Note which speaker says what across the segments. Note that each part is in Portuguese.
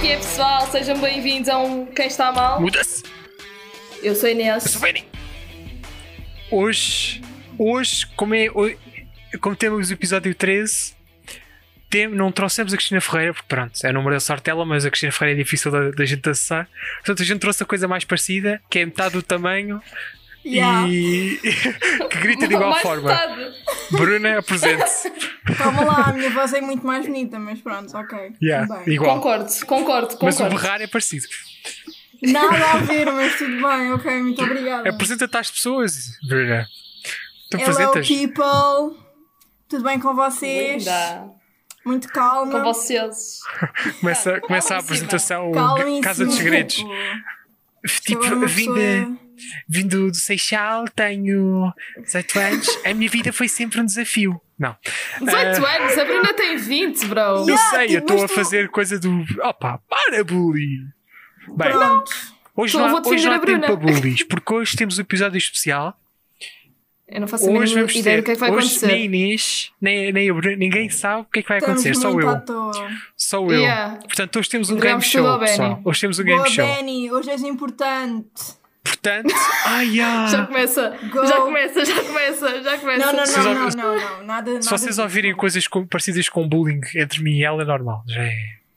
Speaker 1: que é, pessoal? Sejam bem-vindos a um Quem Está Mal.
Speaker 2: Muda-se!
Speaker 1: Eu sou a Inês.
Speaker 2: Sou bem. Hoje, hoje, como é. hoje- Como temos o episódio 13, tem- não trouxemos a Cristina Ferreira, porque pronto, é o número da Sartela, mas a Cristina Ferreira é difícil da, da gente acessar. Portanto, a gente trouxe a coisa mais parecida, que é metade do tamanho
Speaker 3: Yeah.
Speaker 2: e que grita de igual
Speaker 1: Mais
Speaker 2: forma.
Speaker 1: metade.
Speaker 2: Bruna, apresente-se.
Speaker 3: Calma lá, a minha voz é muito mais bonita, mas pronto, ok.
Speaker 2: Yeah,
Speaker 3: Tudo bem.
Speaker 2: igual.
Speaker 1: Concordo, concordo,
Speaker 2: Mas o
Speaker 1: concordo.
Speaker 2: berrar é parecido.
Speaker 3: Nada a ver, mas tudo bem, ok, muito obrigada.
Speaker 2: Apresenta-te às pessoas, Bruna. Tu
Speaker 1: é
Speaker 3: Hello
Speaker 2: apresentas?
Speaker 3: people, tudo bem com vocês?
Speaker 1: Linda.
Speaker 3: Muito calma.
Speaker 1: Com vocês.
Speaker 2: Começa, começa a
Speaker 1: Calma-se,
Speaker 2: apresentação
Speaker 3: Calmem-se
Speaker 2: Casa dos
Speaker 3: um
Speaker 2: Segredos.
Speaker 3: pouco. Isto agora é
Speaker 2: Tipo,
Speaker 3: uma
Speaker 2: vim, de,
Speaker 3: pessoa-
Speaker 2: vim do, do Seixal, tenho 18 anos. A minha vida foi sempre um desafio. Não.
Speaker 1: 18
Speaker 2: É.
Speaker 1: anos, a Bruna tem 20, bro.
Speaker 2: Eu
Speaker 3: Yeah,
Speaker 2: sei, eu
Speaker 3: tipo,
Speaker 2: estou a
Speaker 3: mas tu-
Speaker 2: fazer coisa do. Opa, para bullying! Bem,
Speaker 3: Pronto.
Speaker 2: hoje
Speaker 1: Então eu
Speaker 2: não há,
Speaker 1: vou defender
Speaker 2: hoje não há
Speaker 1: a Bruna.
Speaker 2: tempo para bullies, porque hoje temos um episódio especial.
Speaker 1: Eu não faço a
Speaker 2: Hoje
Speaker 1: mínima
Speaker 2: vamos
Speaker 1: ideia
Speaker 2: ter.
Speaker 1: do que é que vai
Speaker 2: hoje
Speaker 1: acontecer.
Speaker 2: nem Inês, nem, nem a Bruna, ninguém sabe o que é que vai
Speaker 3: Estamos
Speaker 2: acontecer, só
Speaker 3: muito à
Speaker 2: eu. Tipo,
Speaker 3: toa.
Speaker 2: Só eu.
Speaker 1: Yeah.
Speaker 2: Portanto, hoje temos um
Speaker 1: Entregamos
Speaker 2: game
Speaker 1: tudo ao
Speaker 2: show,
Speaker 1: Benny.
Speaker 2: pessoal. Hoje temos um
Speaker 3: Boa,
Speaker 2: game show.
Speaker 3: Benny, hoje és importante.
Speaker 2: Portanto, ai, ah,
Speaker 1: Já começa,
Speaker 3: Go.
Speaker 1: já começa, já começa, já começa.
Speaker 3: Não, não,
Speaker 2: vocês
Speaker 3: não, não,
Speaker 2: ouvi-
Speaker 3: não, não, nada,
Speaker 2: Se
Speaker 3: nada
Speaker 2: vocês
Speaker 3: disso.
Speaker 2: ouvirem coisas com- parecidas com bullying entre mim e ela, é normal. Já é.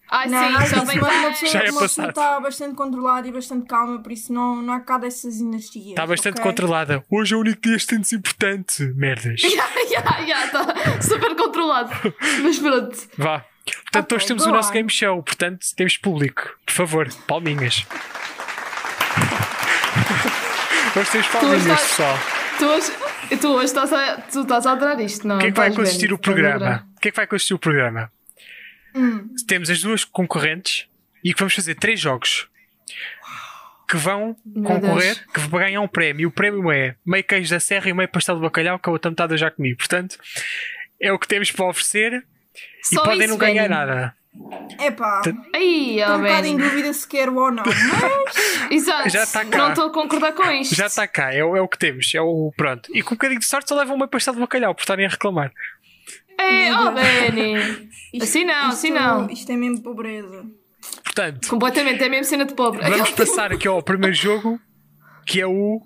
Speaker 1: Ai
Speaker 3: Não,
Speaker 1: sim, já
Speaker 3: acho
Speaker 1: vem
Speaker 3: que uma pessoa,
Speaker 2: Já é
Speaker 3: uma pessoa
Speaker 2: passado.
Speaker 3: está bastante controlada e bastante calma, por isso não, não há cá dessas energias.
Speaker 2: Está Tá bastante
Speaker 3: ok?
Speaker 2: controlada. Hoje é o único dia bastante importante. Merdas.
Speaker 1: Já, já, está super controlado. Mas pronto.
Speaker 2: Vá. Portanto,
Speaker 3: Ok,
Speaker 2: hoje temos
Speaker 3: go
Speaker 2: o nosso
Speaker 3: on.
Speaker 2: game show. Portanto, temos público. Por favor, palminhas. Hoje temos palminhas,
Speaker 1: estás-
Speaker 2: pessoal.
Speaker 1: Tu hoje, tu hoje estás, a, tu estás a adorar isto, não?
Speaker 2: O que é que vai
Speaker 1: Estás
Speaker 2: consistir
Speaker 1: bem,
Speaker 2: o
Speaker 1: estás a adorar.
Speaker 2: programa? O que é que vai consistir o programa?
Speaker 3: Hum.
Speaker 2: Temos as duas concorrentes e que vamos fazer três jogos que vão concorrer, que vão ganhar um prémio. E o prémio é meio queijo da serra e meio pastel de bacalhau, que é a outra metade eu já comi. Portanto, é o que temos para oferecer
Speaker 1: Só
Speaker 2: e podem
Speaker 1: isso,
Speaker 2: não ganhar
Speaker 1: Benny.
Speaker 2: nada.
Speaker 3: Epá, estou
Speaker 1: Aí, ó,
Speaker 3: um bocado em
Speaker 1: Benny.
Speaker 3: dúvida se quero ou não.
Speaker 1: Exato.
Speaker 2: Já está cá.
Speaker 1: Não estou a concordar com isto.
Speaker 2: Já está cá, é, o é o que temos, é o pronto. E com um bocadinho de sorte só levam meio pastel de bacalhau por estarem a reclamar.
Speaker 1: É, ó, Benny.
Speaker 3: Isto-
Speaker 1: Assim não, assim não.
Speaker 3: Isto é mesmo pobreza.
Speaker 2: Portanto,
Speaker 1: Completamente, é mesmo cena de pobre.
Speaker 2: vamos passar aqui ao primeiro jogo, que é o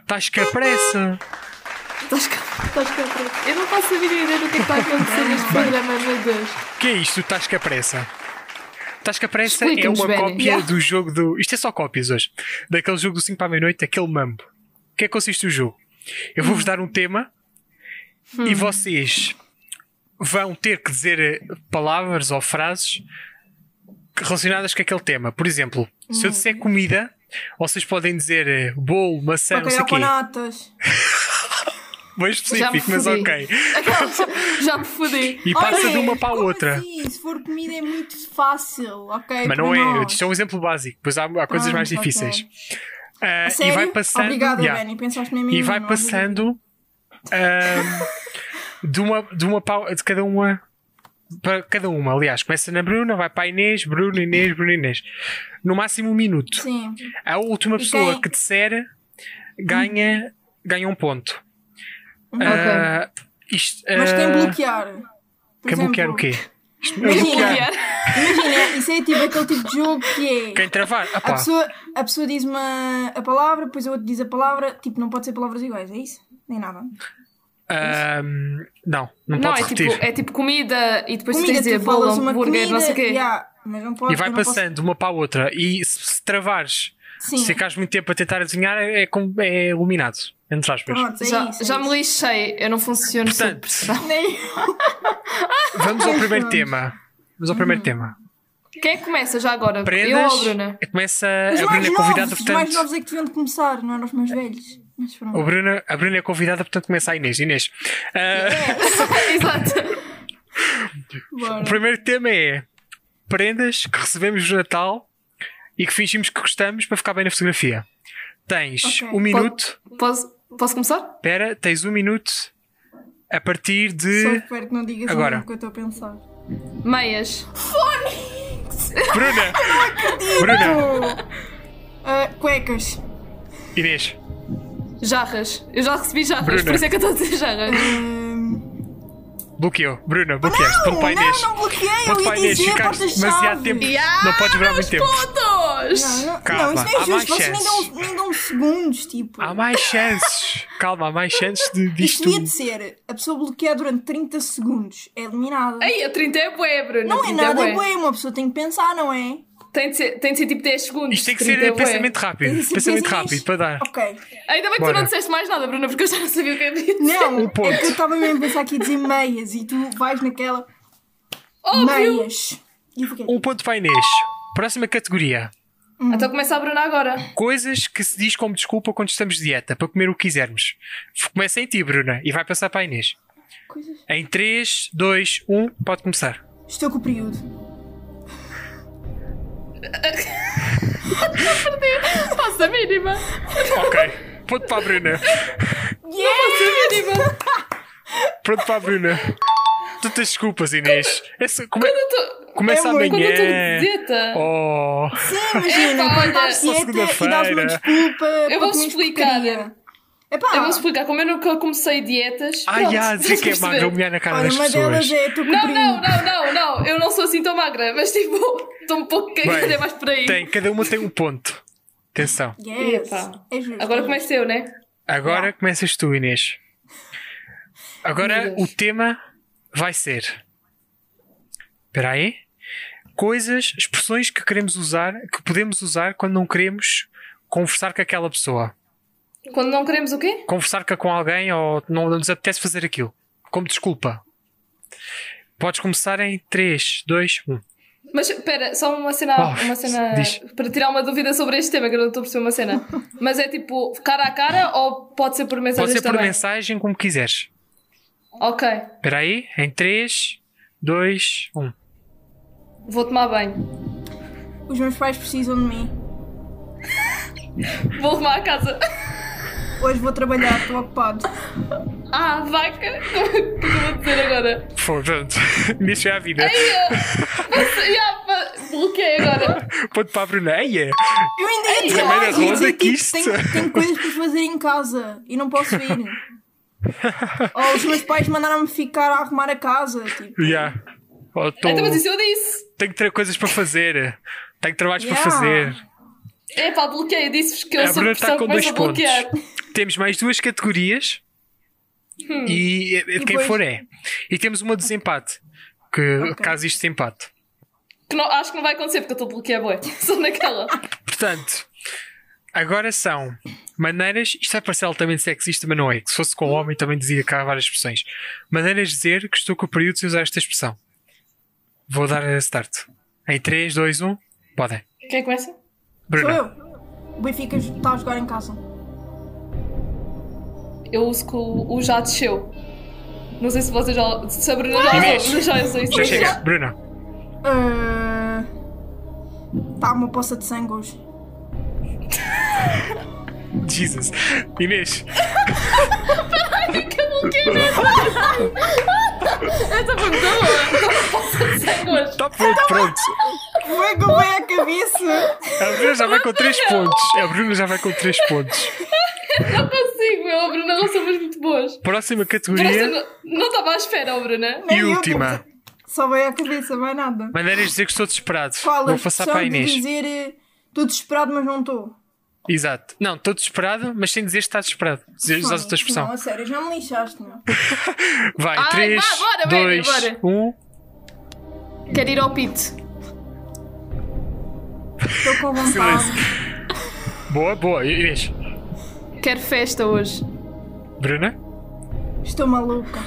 Speaker 2: Estás que a pressa.
Speaker 1: Estás cá, estás cá atrás. Eu não faço a mínima ideia do que é que está a acontecer neste programa, meu Deus.
Speaker 2: O que é isto, o Tasca Pressa? Tasca Pressa é
Speaker 1: Explica-nos,
Speaker 2: uma
Speaker 1: Benny.
Speaker 2: cópia
Speaker 3: Yeah.
Speaker 2: do jogo do. Isto é só cópias hoje. Daquele jogo do 5 para a meia-noite, aquele mambo. O que é que consiste o jogo? Eu vou-vos dar um tema e vocês vão ter que dizer eh, palavras ou frases relacionadas com aquele tema. Por exemplo, se eu disser comida, vocês podem dizer eh, bolo, maçã, não sei o
Speaker 3: Bacalhau
Speaker 2: quê.
Speaker 3: com natas.
Speaker 1: Já me
Speaker 2: Bem específico, mas
Speaker 1: fodi.
Speaker 2: ok.
Speaker 1: Aquelas- Já me fodi.
Speaker 2: E passa
Speaker 3: Olha,
Speaker 2: de uma para a
Speaker 3: como
Speaker 2: outra.
Speaker 3: assim? Se for comida é muito fácil, ok?
Speaker 2: Mas não
Speaker 3: para
Speaker 2: é,
Speaker 3: nós.
Speaker 2: isto é um exemplo básico, depois há, há coisas
Speaker 3: Pronto,
Speaker 2: mais difíceis.
Speaker 3: ok.
Speaker 2: Ah, e
Speaker 3: Sério?
Speaker 2: vai passando.
Speaker 3: Obrigada,
Speaker 2: yeah.
Speaker 3: Benny. Pensaste mesmo em
Speaker 2: E
Speaker 3: mim,
Speaker 2: vai
Speaker 3: não é?
Speaker 2: passando ah, de uma, de uma pau- de cada uma para cada uma. Aliás, começa na Bruna, vai para a Inês, Bruna, Inês, Bruna, Inês. No máximo um minuto.
Speaker 3: Sim.
Speaker 2: A última
Speaker 3: E
Speaker 2: pessoa
Speaker 3: quem-
Speaker 2: que disser ganha, ganha um ponto. Ah, isto,
Speaker 3: Hum. Mas
Speaker 2: ah,
Speaker 3: quem bloquear? Por
Speaker 2: Quem
Speaker 3: exemplo,
Speaker 2: bloquear o quê? Isto-
Speaker 3: Imagina,
Speaker 1: Bloquear.
Speaker 3: imagina, isso é tipo aquele tipo de jogo que é.
Speaker 2: Quem travar? Ah,
Speaker 3: A
Speaker 2: pá.
Speaker 3: pessoa, a pessoa diz uma a palavra, depois a outra diz a palavra, tipo, não pode ser palavras iguais, é isso? Nem nada.
Speaker 2: Ah, não, não,
Speaker 1: Não,
Speaker 2: pode
Speaker 1: é
Speaker 2: repetir.
Speaker 1: tipo, é tipo comida e depois tens de
Speaker 3: Comida,
Speaker 1: dizer
Speaker 3: é tu
Speaker 1: bolo,
Speaker 3: falas uma
Speaker 1: hambúrguer,
Speaker 3: comida,
Speaker 1: não sei o quê.
Speaker 3: yeah, mas não pode,
Speaker 2: E vai
Speaker 3: eu não posso-
Speaker 2: passando de uma para a outra. E se, se travares,
Speaker 3: Sim.
Speaker 2: se ficares muito tempo a tentar adivinhar, é, é com- é iluminado. Entre aspas.
Speaker 3: Pronto, é
Speaker 1: Já,
Speaker 3: isso, é
Speaker 1: já
Speaker 3: isso.
Speaker 1: me lixei, eu não funciono assim. sob
Speaker 2: Portanto,
Speaker 1: pressão.
Speaker 2: É,
Speaker 3: Nem-
Speaker 2: Vamos ao primeiro
Speaker 3: Vamos.
Speaker 2: tema. Vamos ao
Speaker 3: Hum.
Speaker 2: primeiro tema.
Speaker 1: Quem é que começa já agora? Eu ou a
Speaker 2: Prendas.
Speaker 1: Bruna?
Speaker 2: Começa.
Speaker 3: Os
Speaker 2: A Bruna
Speaker 3: mais
Speaker 2: é convidada,
Speaker 3: novos, os mais
Speaker 2: portanto.
Speaker 3: novos é que deviam de começar, não eram os mais velhos. Mas pronto.
Speaker 2: A Bruna, a Bruna é convidada, portanto começa a Inês. Inês. ah,
Speaker 1: Exato.
Speaker 2: o Oh,
Speaker 3: Bora.
Speaker 2: primeiro tema é prendas que recebemos no Natal e que fingimos que gostamos para ficar bem na fotografia. Tens
Speaker 3: Ok.
Speaker 2: um minuto.
Speaker 1: Posso, posso começar?
Speaker 2: Espera, tens um minuto a partir de.
Speaker 3: Só espero que não digas
Speaker 2: Agora.
Speaker 3: Agora. o que eu estou a pensar.
Speaker 1: Meias.
Speaker 2: Bruna! Bruna!
Speaker 3: Oh. Ah, cuecas.
Speaker 2: Inês.
Speaker 1: Jarras. Eu já recebi jarras,
Speaker 2: Bruna.
Speaker 3: Ah,
Speaker 1: por isso é que eu estou a dizer jarras.
Speaker 3: Ahm,
Speaker 2: Bloqueou. Bruna, bloqueaste. Ponto para a Inês.
Speaker 3: Não, não bloqueei, eu
Speaker 2: Ponto para a
Speaker 3: ia
Speaker 2: Inês.
Speaker 3: dizer
Speaker 2: Ficaste
Speaker 3: portas-chave.
Speaker 2: demasiado tempo. Não podes durar muito tempo.
Speaker 1: Pontos!
Speaker 3: Não, não,
Speaker 2: Calma,
Speaker 3: não, isso nem é
Speaker 2: há mais
Speaker 3: justo, vocês nem
Speaker 2: chances.
Speaker 3: dão, nem dão segundos, tipo.
Speaker 2: Há mais chances. Calma, há mais chances de
Speaker 3: Isto
Speaker 2: disto.
Speaker 3: devia de ser, a pessoa bloqueia durante 30 segundos, é eliminada.
Speaker 1: Aí, a 30 é bué, Bruno.
Speaker 3: não é
Speaker 1: 30
Speaker 3: nada
Speaker 1: bué.
Speaker 3: é bué, uma pessoa tem que pensar, não é?
Speaker 1: Tem de ser, tem de ser tipo 10 segundos.
Speaker 2: Isto tem que
Speaker 1: 30 é
Speaker 2: ser
Speaker 1: bué.
Speaker 2: pensamento rápido.
Speaker 3: Tem que ser
Speaker 2: Pensamento
Speaker 3: pensamento.
Speaker 2: rápido para dar.
Speaker 3: Ok.
Speaker 1: Ainda bem que tu
Speaker 2: Bora.
Speaker 1: não disseste mais nada, Bruna, porque eu já não sabia o que é disso.
Speaker 3: Não,
Speaker 2: Um ponto.
Speaker 3: é que eu estava mesmo a pensar aqui a dizer meias e tu vais naquela
Speaker 1: Óbvio!
Speaker 3: meias. E eu fiquei,
Speaker 2: Um ponto para a Inês. Próxima categoria.
Speaker 1: Então começa a Bruna agora.
Speaker 2: Coisas que se diz como desculpa quando estamos de dieta, para comer o que quisermos. Começa em ti, Bruna, e vai passar para a Inês.
Speaker 3: coisas.
Speaker 2: Em 3, 2, 1, pode começar.
Speaker 3: Estou com o período.
Speaker 1: Faço a mínima!
Speaker 2: Ok. Ponto para a Bruna.
Speaker 1: Faço a mínima!
Speaker 2: Pronto para a Bruna. Tantas desculpas, Inês. Essa- come- Começa
Speaker 3: É muito.
Speaker 1: Quando eu estou de
Speaker 2: amanhã.
Speaker 1: dieta.
Speaker 2: Oh.
Speaker 3: Sim, imagina,
Speaker 1: Epá,
Speaker 3: quando
Speaker 1: olha,
Speaker 3: estás
Speaker 2: Ou
Speaker 3: dieta e dás uma
Speaker 2: segunda-feira.
Speaker 3: desculpa. para
Speaker 1: vou
Speaker 3: comer
Speaker 1: explicar.
Speaker 3: porcaria. Epá,
Speaker 1: Eu vou explicar como eu nunca comecei dietas.
Speaker 2: Ai,
Speaker 1: pronto,
Speaker 2: ah, dizer
Speaker 1: estás
Speaker 2: que é
Speaker 1: a
Speaker 2: magro,
Speaker 1: perceber?
Speaker 2: humilhar na cara
Speaker 3: olha,
Speaker 2: das
Speaker 3: uma delas
Speaker 2: pessoas.
Speaker 3: é estou com o
Speaker 1: Não,
Speaker 3: período.
Speaker 1: não, não, não, não. Eu não sou assim tão magra, mas tipo, estou um pouco cagada,
Speaker 2: Bem,
Speaker 1: é mais por aí.
Speaker 2: Tem, cada uma tem um ponto. Atenção.
Speaker 3: Yes.
Speaker 1: Epá.
Speaker 3: É justo.
Speaker 1: Agora começo eu, né?
Speaker 2: Agora começas tu, Inês. Agora
Speaker 1: Meu
Speaker 2: o
Speaker 1: Deus.
Speaker 2: tema vai ser. Espera aí. Coisas, expressões que queremos usar, que podemos usar quando não queremos conversar com aquela pessoa.
Speaker 1: Quando não queremos o quê?
Speaker 2: Conversar com alguém ou não nos apetece fazer aquilo. Como desculpa. Podes começar em um. 3, 2, 1.
Speaker 1: Mas espera, só uma cena,
Speaker 2: Oh,
Speaker 1: uma cena
Speaker 2: diz.
Speaker 1: para tirar uma dúvida sobre este tema, que eu não estou a perceber uma cena. Mas é tipo cara a cara ou pode ser por
Speaker 2: Pode
Speaker 1: mensagens
Speaker 2: ser por
Speaker 1: também?
Speaker 2: mensagem, como quiseres.
Speaker 1: Ok,
Speaker 2: Espera aí. Em um. 3, 2, 1.
Speaker 1: vou tomar banho.
Speaker 3: Os meus pais precisam de mim.
Speaker 1: Vou arrumar a casa.
Speaker 3: Hoje vou trabalhar, estou ocupado.
Speaker 1: Ah, vaca! O que eu vou dizer agora?
Speaker 2: Foda-se. Inês é a vida.
Speaker 1: Mas, já, pá, bloqueei agora.
Speaker 2: Ponto para a Bruna. é. Eia.
Speaker 3: Eu ainda ia dizer
Speaker 2: primeira
Speaker 3: mais, ia
Speaker 2: ronda
Speaker 3: dizer
Speaker 2: é que
Speaker 3: tipo,
Speaker 2: isto-
Speaker 3: tenho, tenho coisas para fazer em casa e não posso ir. Ou os meus pais mandaram-me ficar a arrumar a casa, tipo.
Speaker 2: Yeah. Ou tô-
Speaker 1: Então, mas isso eu disse.
Speaker 2: Tenho que ter coisas para fazer. Tenho trabalhos
Speaker 3: Yeah.
Speaker 2: para fazer.
Speaker 1: É pá, bloqueei, disse-vos que eu
Speaker 2: a
Speaker 1: sou
Speaker 2: Bruna
Speaker 1: a
Speaker 2: está
Speaker 1: pessoa que
Speaker 2: É, tá com dois
Speaker 1: começa a
Speaker 2: pontos.
Speaker 1: bloquear.
Speaker 2: Temos mais duas categorias.
Speaker 1: Hum.
Speaker 2: E é de quem
Speaker 3: depois-
Speaker 2: for é. E temos uma de desempate. Que caso isto desempate.
Speaker 1: Que não, acho que não vai acontecer porque eu estou a bloquear, boé. Só naquela.
Speaker 2: Portanto, agora são maneiras. Isto é vai parecer altamente sexista, mas não é. Que se fosse com o homem também dizia cá várias expressões. Maneiras de dizer que estou com o período sem usar esta expressão. Vou dar a start. Em 3, 2, 1. Podem.
Speaker 1: Quem é começa?
Speaker 3: Sou
Speaker 2: Bruna.
Speaker 3: eu. O Benfica está a jogar em casa.
Speaker 1: Eu uso que o, o já desceu. Não sei se vocês já. Se a Bruna já
Speaker 2: Inês.
Speaker 1: usou, mas já usou isso.
Speaker 2: Já chega. Bruna.
Speaker 3: Ah, Está uma poça de sangue hoje.
Speaker 2: Jesus. Inês.
Speaker 1: Essa foi muito boa. Posso
Speaker 2: Tá pronto, pronto.
Speaker 3: Como é que eu veio à cabeça?
Speaker 2: A Bruna já vai com 3 pontos. A Bruna já vai com 3 pontos.
Speaker 1: Não consigo, meu. A Bruna não são muito boas.
Speaker 2: Próxima
Speaker 1: Parece
Speaker 2: categoria
Speaker 1: que Não não estava à espera, ó, Bruna.
Speaker 2: e
Speaker 3: eu, tipo,
Speaker 2: última.
Speaker 3: Só veio à cabeça, mais nada.
Speaker 2: Maneiras de dizer que estou desesperado.
Speaker 3: Qual a
Speaker 2: Vou passar para a
Speaker 3: expressão
Speaker 2: Inês.
Speaker 3: de dizer eh, estou desesperado, mas não estou?
Speaker 2: Exato. Não, estou desesperado, mas sem dizer que estás desesperado. Dizer- Usar outra
Speaker 3: Não,
Speaker 2: expressão.
Speaker 3: a sério, já me lixaste, meu.
Speaker 2: Vai, um.
Speaker 1: Ai,
Speaker 2: 3,
Speaker 1: vá, bora, bora,
Speaker 2: 2,
Speaker 1: bora.
Speaker 2: 1.
Speaker 1: Quero ir ao pit.
Speaker 3: Estou com vontade.
Speaker 2: Silêncio. Boa, boa. Inês.
Speaker 1: Quero festa hoje.
Speaker 2: Bruna?
Speaker 3: Estou maluca.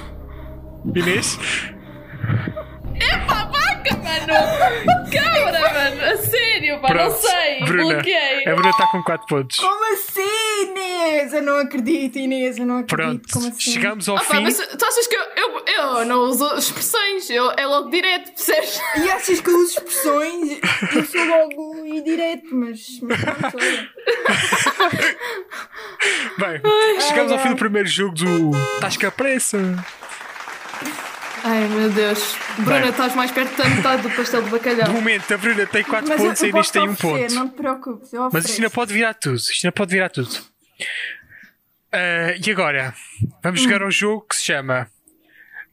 Speaker 2: Inês?
Speaker 1: Pá, vaca, mano! Câmara, mano! A sério, pá, não
Speaker 2: Pronto.
Speaker 1: sei!
Speaker 2: Bruna. é
Speaker 1: Bloqueei!
Speaker 2: A Bruna está com 4 pontos.
Speaker 3: Como assim, Inês? Eu não acredito, Inês, eu não acredito. Como
Speaker 2: Pronto.
Speaker 3: assim?
Speaker 2: Chegamos ao
Speaker 1: Ah, pá,
Speaker 2: fim.
Speaker 1: mas tu achas que eu, eu, eu não uso expressões? Eu, é logo direto, percebes?
Speaker 3: E achas que eu uso expressões? Eu sou logo e direto, mas. mas pronto, olha.
Speaker 2: Bem, chegamos ao fim do primeiro jogo do Estás com a pressa.
Speaker 1: Ai meu Deus, Bruna,
Speaker 2: Bem.
Speaker 1: estás mais perto da metade do pastel de
Speaker 2: De
Speaker 1: bacalhau.
Speaker 2: momento, a Bruna tem 4
Speaker 3: Mas eu,
Speaker 2: pontos e
Speaker 3: eu
Speaker 2: a Inês
Speaker 3: posso
Speaker 2: tem 1
Speaker 3: oferecer,
Speaker 2: ponto.
Speaker 3: Não te preocupes, eu
Speaker 2: Mas
Speaker 3: ofereço.
Speaker 2: isto ainda pode virar tudo. Isto ainda pode virar tudo. um Ah, e agora? Vamos jogar ao jogo que se chama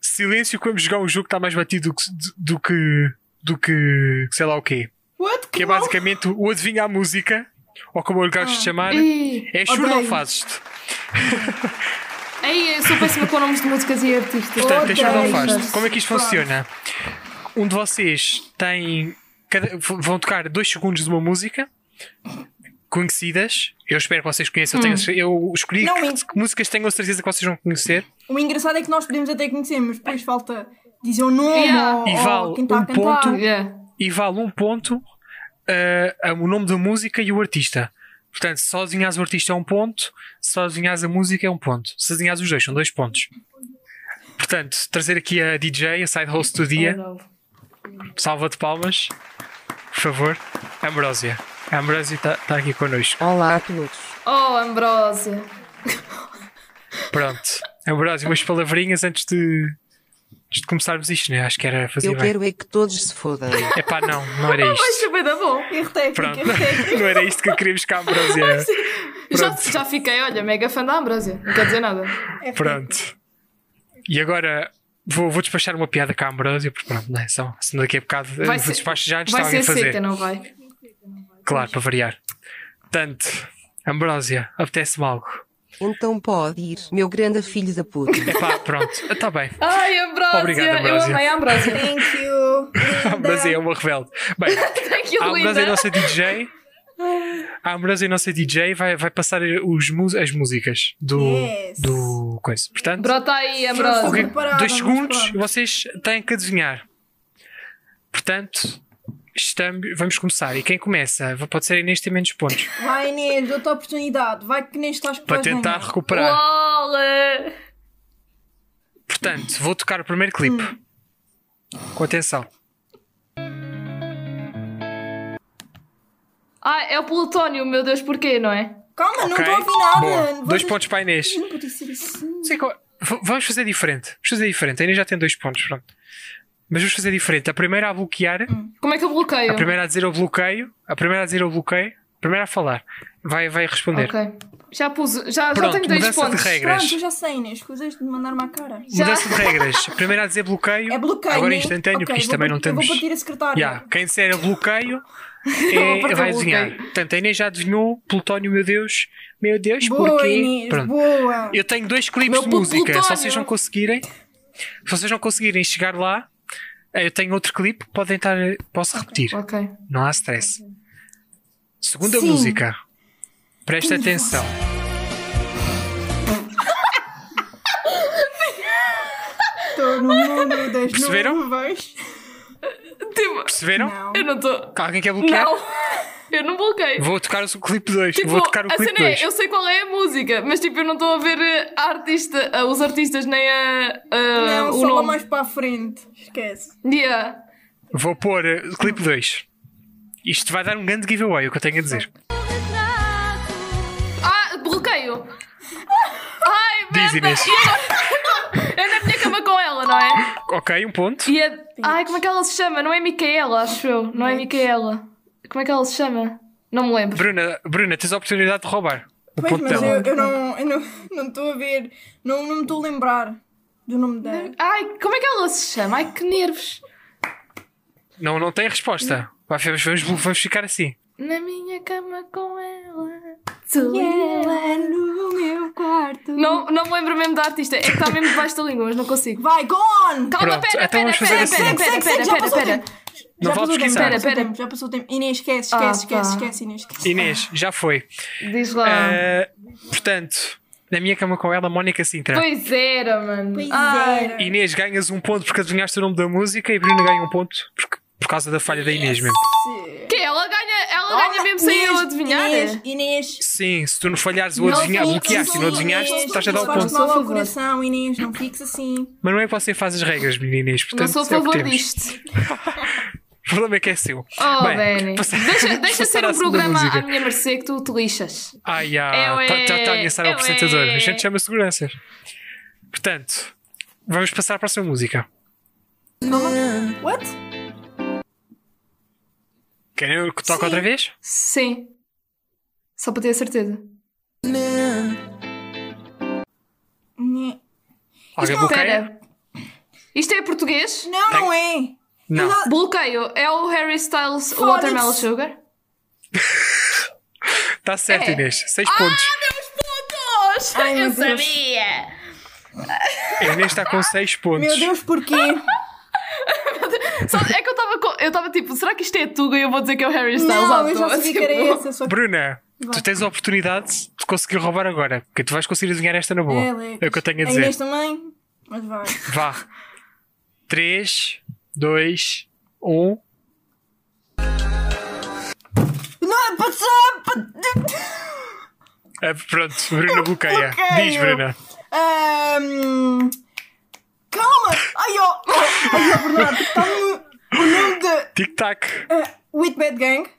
Speaker 2: silêncio que vamos jogar um jogo que está mais batido do que, do que, do que sei lá o quê.
Speaker 3: What?
Speaker 2: Que é
Speaker 3: não? Ah.
Speaker 2: basicamente o adivinha a música, ou como eu lhe gosto de chamar,
Speaker 1: Ih,
Speaker 2: é churro não
Speaker 3: odeio.
Speaker 2: fazes-te.
Speaker 1: Ei, eu sou péssima com nomes de músicas e artistas.
Speaker 2: Portanto,
Speaker 3: Odeio
Speaker 2: tens não faz.
Speaker 3: isto.
Speaker 2: Como é que isto
Speaker 3: Pronto.
Speaker 2: funciona? Um de vocês tem. cada- v- vão tocar dois segundos de uma música conhecidas. Eu espero que vocês conheçam. Eu, tenho- eu escolhi
Speaker 3: Hum. Não,
Speaker 2: que-
Speaker 3: in-
Speaker 2: que músicas tenham a certeza que vocês vão conhecer.
Speaker 3: O engraçado é que nós podemos até conhecer, mas depois falta dizer o nome
Speaker 1: Yeah.
Speaker 3: ou,
Speaker 2: E
Speaker 3: ou
Speaker 2: vale
Speaker 3: quem está
Speaker 2: um
Speaker 3: a cantar.
Speaker 2: ponto.
Speaker 1: Yeah.
Speaker 2: E vale um ponto ah, o nome da música e o artista. Portanto, se só adivinhas o artista é um ponto, se só adivinhas a música é um ponto. Se adivinhas os dois, são dois pontos. Portanto, trazer aqui a DJ, a side host do dia. Salva de palmas, por favor. Ambrósia. A Ambrósia está aqui connosco.
Speaker 4: Olá a todos.
Speaker 1: Oh, Ambrósia.
Speaker 2: Pronto. Ambrósia, umas palavrinhas antes de, antes de começarmos isto, né? Acho que era fazer
Speaker 4: Eu
Speaker 2: bem.
Speaker 4: quero é que todos se fodam.
Speaker 2: Epá, não, não era isto.
Speaker 1: Isto é bem da bom.
Speaker 3: Erro técnico,
Speaker 2: Pronto.
Speaker 3: erro técnico.
Speaker 2: Não era isto que queríamos que a Ambrósia.
Speaker 1: Já,
Speaker 2: Pronto.
Speaker 1: já fiquei, olha, mega fã da Ambrósia. Não quer dizer nada.
Speaker 2: Pronto. E agora vou, vou despachar uma piada com a Ambrósia, porque pronto, não é? Só, se daqui a bocado eh,
Speaker 1: Vai
Speaker 2: vou
Speaker 1: ser-
Speaker 2: despachar já antes de
Speaker 1: Vai
Speaker 2: alguém
Speaker 1: ser
Speaker 2: fazer.
Speaker 1: seca, não é? vai?
Speaker 2: Claro, para variar. Portanto, Ambrósia, apetece-me algo.
Speaker 4: Então pode ir, meu grande filho da puta.
Speaker 2: Epá, pronto. Está bem.
Speaker 1: Ai, Ambrósia.
Speaker 2: Obrigado,
Speaker 1: Eu
Speaker 2: Ambrósia.
Speaker 1: amei a Ambrósia.
Speaker 3: Thank you.
Speaker 2: A Ambrósia é uma rebelde. Bem,
Speaker 1: Aquilo
Speaker 2: a Ambrósia é a
Speaker 1: linda.
Speaker 2: nossa DJ. A Ambrósia é a nossa DJ vai, vai passar os mu- as músicas do,
Speaker 3: Yes.
Speaker 2: do coisa. Portanto,
Speaker 1: Brota aí,
Speaker 3: Ambrósia.
Speaker 2: ok,
Speaker 1: Ambrósia.
Speaker 3: preparada,
Speaker 2: é dois
Speaker 3: mas
Speaker 2: segundos
Speaker 3: pronto.
Speaker 2: vocês têm que adivinhar. Portanto, estamos, vamos começar. E quem começa? Pode ser a Inês tem menos pontos.
Speaker 3: Vai, Inês, dou-te a oportunidade. Vai que nem estás que
Speaker 2: Para
Speaker 3: vais
Speaker 2: tentar
Speaker 3: ganhar.
Speaker 2: recuperar.
Speaker 1: Uau!
Speaker 2: Portanto, vou tocar o primeiro clipe.
Speaker 3: Hum.
Speaker 2: Com atenção.
Speaker 1: Ah, é o Plutónio, meu Deus, porquê, não é?
Speaker 3: Calma, não
Speaker 2: ok?
Speaker 3: estou a ouvir nada.
Speaker 2: Boa.
Speaker 3: Vocês-
Speaker 2: Dois pontos para a Inês.
Speaker 3: Não podia ser assim.
Speaker 2: Não sei qual- v- Vamos fazer diferente. Vamos fazer diferente. A Inês já tem dois pontos, pronto. Mas vamos fazer diferente. A primeira a bloquear,
Speaker 3: Hum.
Speaker 1: Como é que eu bloqueio?
Speaker 2: a primeira a dizer eu bloqueio, a primeira a dizer eu bloqueio, a primeira a falar. Vai, vai responder.
Speaker 1: Ok. Já pus, já, já
Speaker 2: Pronto,
Speaker 1: tenho dois
Speaker 2: mudança de
Speaker 1: pontos.
Speaker 2: regra. Regras.
Speaker 3: Pronto, eu já sei, Inês. Escusas de mandar-me à cara.
Speaker 1: Já.
Speaker 2: Mudança de regras. A primeira a dizer bloqueio,
Speaker 3: É bloqueio.
Speaker 2: agora
Speaker 3: né?
Speaker 2: instantâneo,
Speaker 3: Ok,
Speaker 2: porque isto
Speaker 3: vou
Speaker 2: também
Speaker 3: par-
Speaker 2: não temos.
Speaker 3: Eu vou partir a secretária.
Speaker 2: Ya, Quem disser eu bloqueio
Speaker 1: Eu vou
Speaker 2: é,
Speaker 1: partir
Speaker 2: vai
Speaker 1: o
Speaker 2: adivinhar.
Speaker 1: bloqueio.
Speaker 2: Portanto, a Inês já adivinhou, Plutónio, meu Deus, meu Deus,
Speaker 3: Boa,
Speaker 2: porquê?
Speaker 3: Inês,
Speaker 2: Pronto.
Speaker 3: boa.
Speaker 2: Eu tenho dois clipes
Speaker 1: Meu
Speaker 2: de
Speaker 1: puto
Speaker 2: música. Se
Speaker 1: Plutónio.
Speaker 2: vocês não conseguirem, se vocês não conseguirem chegar lá, eh, eu tenho outro clipe que podem estar. Posso repetir.
Speaker 1: Ok.
Speaker 2: Não há stress. Segunda
Speaker 3: Sim.
Speaker 2: música. Presta atenção.
Speaker 3: Estou no mundo das
Speaker 2: Perceberam?
Speaker 3: nuvens.
Speaker 1: Tipo,
Speaker 2: Perceberam?
Speaker 3: Não.
Speaker 1: eu não estou.
Speaker 2: Alguém quer bloquear?
Speaker 1: Não! Eu não bloqueio.
Speaker 2: Vou tocar o clipe 2.
Speaker 1: Tipo,
Speaker 2: Vou tocar o
Speaker 1: a
Speaker 2: clipe
Speaker 1: cena
Speaker 2: 2.
Speaker 1: é, eu sei qual é a música, mas tipo, eu não estou a ver eh, a artista, a- os artistas nem a. a-
Speaker 3: Não,
Speaker 1: o
Speaker 3: É, só lá
Speaker 1: nome.
Speaker 3: mais para a frente. Esquece.
Speaker 1: Yeah.
Speaker 2: Vou pôr eh, o clipe 2. Isto vai dar um grande giveaway, é o que eu tenho a dizer.
Speaker 1: Ah, bloqueio! Ai,
Speaker 2: Diz,
Speaker 1: merda!
Speaker 2: Inês.
Speaker 1: E agora? Eu na minha cama com ela, não é?
Speaker 2: Ok, um ponto.
Speaker 1: E a... Ai, como é que ela se chama? Não é Micaela, acho eu. Não é Micaela. Como é que ela se chama? Não me lembro.
Speaker 2: Bruna, Bruna, tens a oportunidade de roubar. O
Speaker 3: Pois,
Speaker 2: ponto
Speaker 3: mas eu,
Speaker 2: dela.
Speaker 3: eu não eu não- não estou a ver. Não não me estou a lembrar do nome dela.
Speaker 1: Ai, como é que ela se chama? Ai, que nervos!
Speaker 2: Não, não tem resposta. Vai, vamos, vamos, vamos ficar assim.
Speaker 1: Na minha cama com ela. Tu
Speaker 3: Ela no meu quarto.
Speaker 1: Não, não me lembro mesmo da artista. É que está mesmo debaixo da língua, mas não consigo.
Speaker 3: Vai, go
Speaker 1: Calma,
Speaker 3: on!
Speaker 2: Pronto,
Speaker 1: pera,
Speaker 2: então
Speaker 1: pera,
Speaker 2: vamos fazer
Speaker 1: pera,
Speaker 2: assim.
Speaker 1: pera, pera,
Speaker 3: Segue, segue,
Speaker 1: pera, pera,
Speaker 3: segue, já passou o
Speaker 1: pera.
Speaker 3: tempo.
Speaker 2: Não
Speaker 3: já
Speaker 2: vale
Speaker 3: passou o tempo,
Speaker 2: pesquisar.
Speaker 3: já passou o
Speaker 1: Pera,
Speaker 3: tempo, já passou o tempo. Inês, esquece,
Speaker 1: Ah,
Speaker 3: esquece, esquece,
Speaker 1: pá.
Speaker 3: esquece, Inês, esquece.
Speaker 2: Inês, já foi.
Speaker 1: Diz lá.
Speaker 2: Eh, portanto, na minha cama com ela, Mónica Sintra.
Speaker 1: Pois era, mano.
Speaker 3: Pois
Speaker 1: Ai.
Speaker 3: era.
Speaker 2: Inês, ganhas um ponto porque adivinhaste o nome da música e Bruna ganha um ponto porque- por causa da falha da Inês mesmo.
Speaker 1: Que ela ganha, ela ganha
Speaker 3: Olha,
Speaker 1: mesmo sem eu
Speaker 3: Inês,
Speaker 1: adivinhar.
Speaker 3: Inês, Inês.
Speaker 2: Sim, se tu não falhares o
Speaker 1: Não
Speaker 2: adivinhar,
Speaker 1: fiques
Speaker 2: bloqueaste e não
Speaker 1: assim,
Speaker 2: adivinhaste,
Speaker 1: Inês,
Speaker 2: estás a dar o
Speaker 1: não faz
Speaker 2: ponto.
Speaker 3: Faz
Speaker 1: mal ao
Speaker 3: mal ao
Speaker 1: coração,
Speaker 3: coração, Inês, não fiques assim.
Speaker 2: Mas não é que você faz as regras, menina Inês.
Speaker 1: Não
Speaker 2: Portanto,
Speaker 1: sou a
Speaker 2: é o que
Speaker 1: favor
Speaker 2: temos.
Speaker 1: disto.
Speaker 2: O problema é que é seu.
Speaker 1: Oh,
Speaker 2: Bem,
Speaker 1: Benny.
Speaker 2: passa-
Speaker 1: Deixa, deixa
Speaker 2: passar
Speaker 1: ser
Speaker 2: à
Speaker 1: um
Speaker 2: segunda
Speaker 1: programa
Speaker 2: música.
Speaker 1: à minha mercê que tu te lixas.
Speaker 2: Ai,
Speaker 1: Eu
Speaker 2: ai,
Speaker 1: é-
Speaker 2: está tá, tá a ameaçar o
Speaker 1: eu
Speaker 2: apresentador.
Speaker 1: é-
Speaker 2: A gente chama seguranças. Portanto, vamos passar à próxima música.
Speaker 3: What?
Speaker 2: Querem que toque
Speaker 3: Sim.
Speaker 2: outra vez?
Speaker 1: Sim. Só para ter a certeza.
Speaker 3: Inês.
Speaker 2: Alguém
Speaker 3: não-
Speaker 2: bloqueia?
Speaker 1: Espera. Isto é português?
Speaker 3: Não, não é.
Speaker 2: Não.
Speaker 3: Mas,
Speaker 1: Bloqueio. É o Harry Styles o
Speaker 3: Foda-se.
Speaker 1: Watermelon Sugar?
Speaker 2: Está Tá certo,
Speaker 1: É.
Speaker 2: Inês. 6 pontos.
Speaker 1: Meus pontos!
Speaker 3: Ai, meu
Speaker 1: Eu
Speaker 3: Deus.
Speaker 1: sabia! Ah!
Speaker 2: A Inês está com 6 pontos.
Speaker 3: Meu Deus, porquê?
Speaker 1: Só- é que eu estava co- eu estava tipo, será que isto é Tuga e eu vou dizer que é o Harry Styles à
Speaker 3: não, eu já
Speaker 1: toa?
Speaker 3: sabia que era
Speaker 1: Tipo,
Speaker 3: esse. Eu só...
Speaker 2: Bruna, tu tens a oportunidade de conseguir roubar agora, porque tu vais conseguir adivinhar esta na boa.
Speaker 3: É, Alex.
Speaker 2: o que eu tenho a
Speaker 3: Inês
Speaker 2: dizer.
Speaker 3: também? Mas vai.
Speaker 2: Vá. 3, 2, 1.
Speaker 3: Não, passou! pa-
Speaker 2: É, Pronto, Bruna bloqueia.
Speaker 3: bloqueio.
Speaker 2: Diz, Bruna.
Speaker 3: Ahm, Calma! Ai, ó! Ai, ó, Bernardo, está-me o nome de...
Speaker 2: Tic-tac.
Speaker 3: ah, With Bad Gang.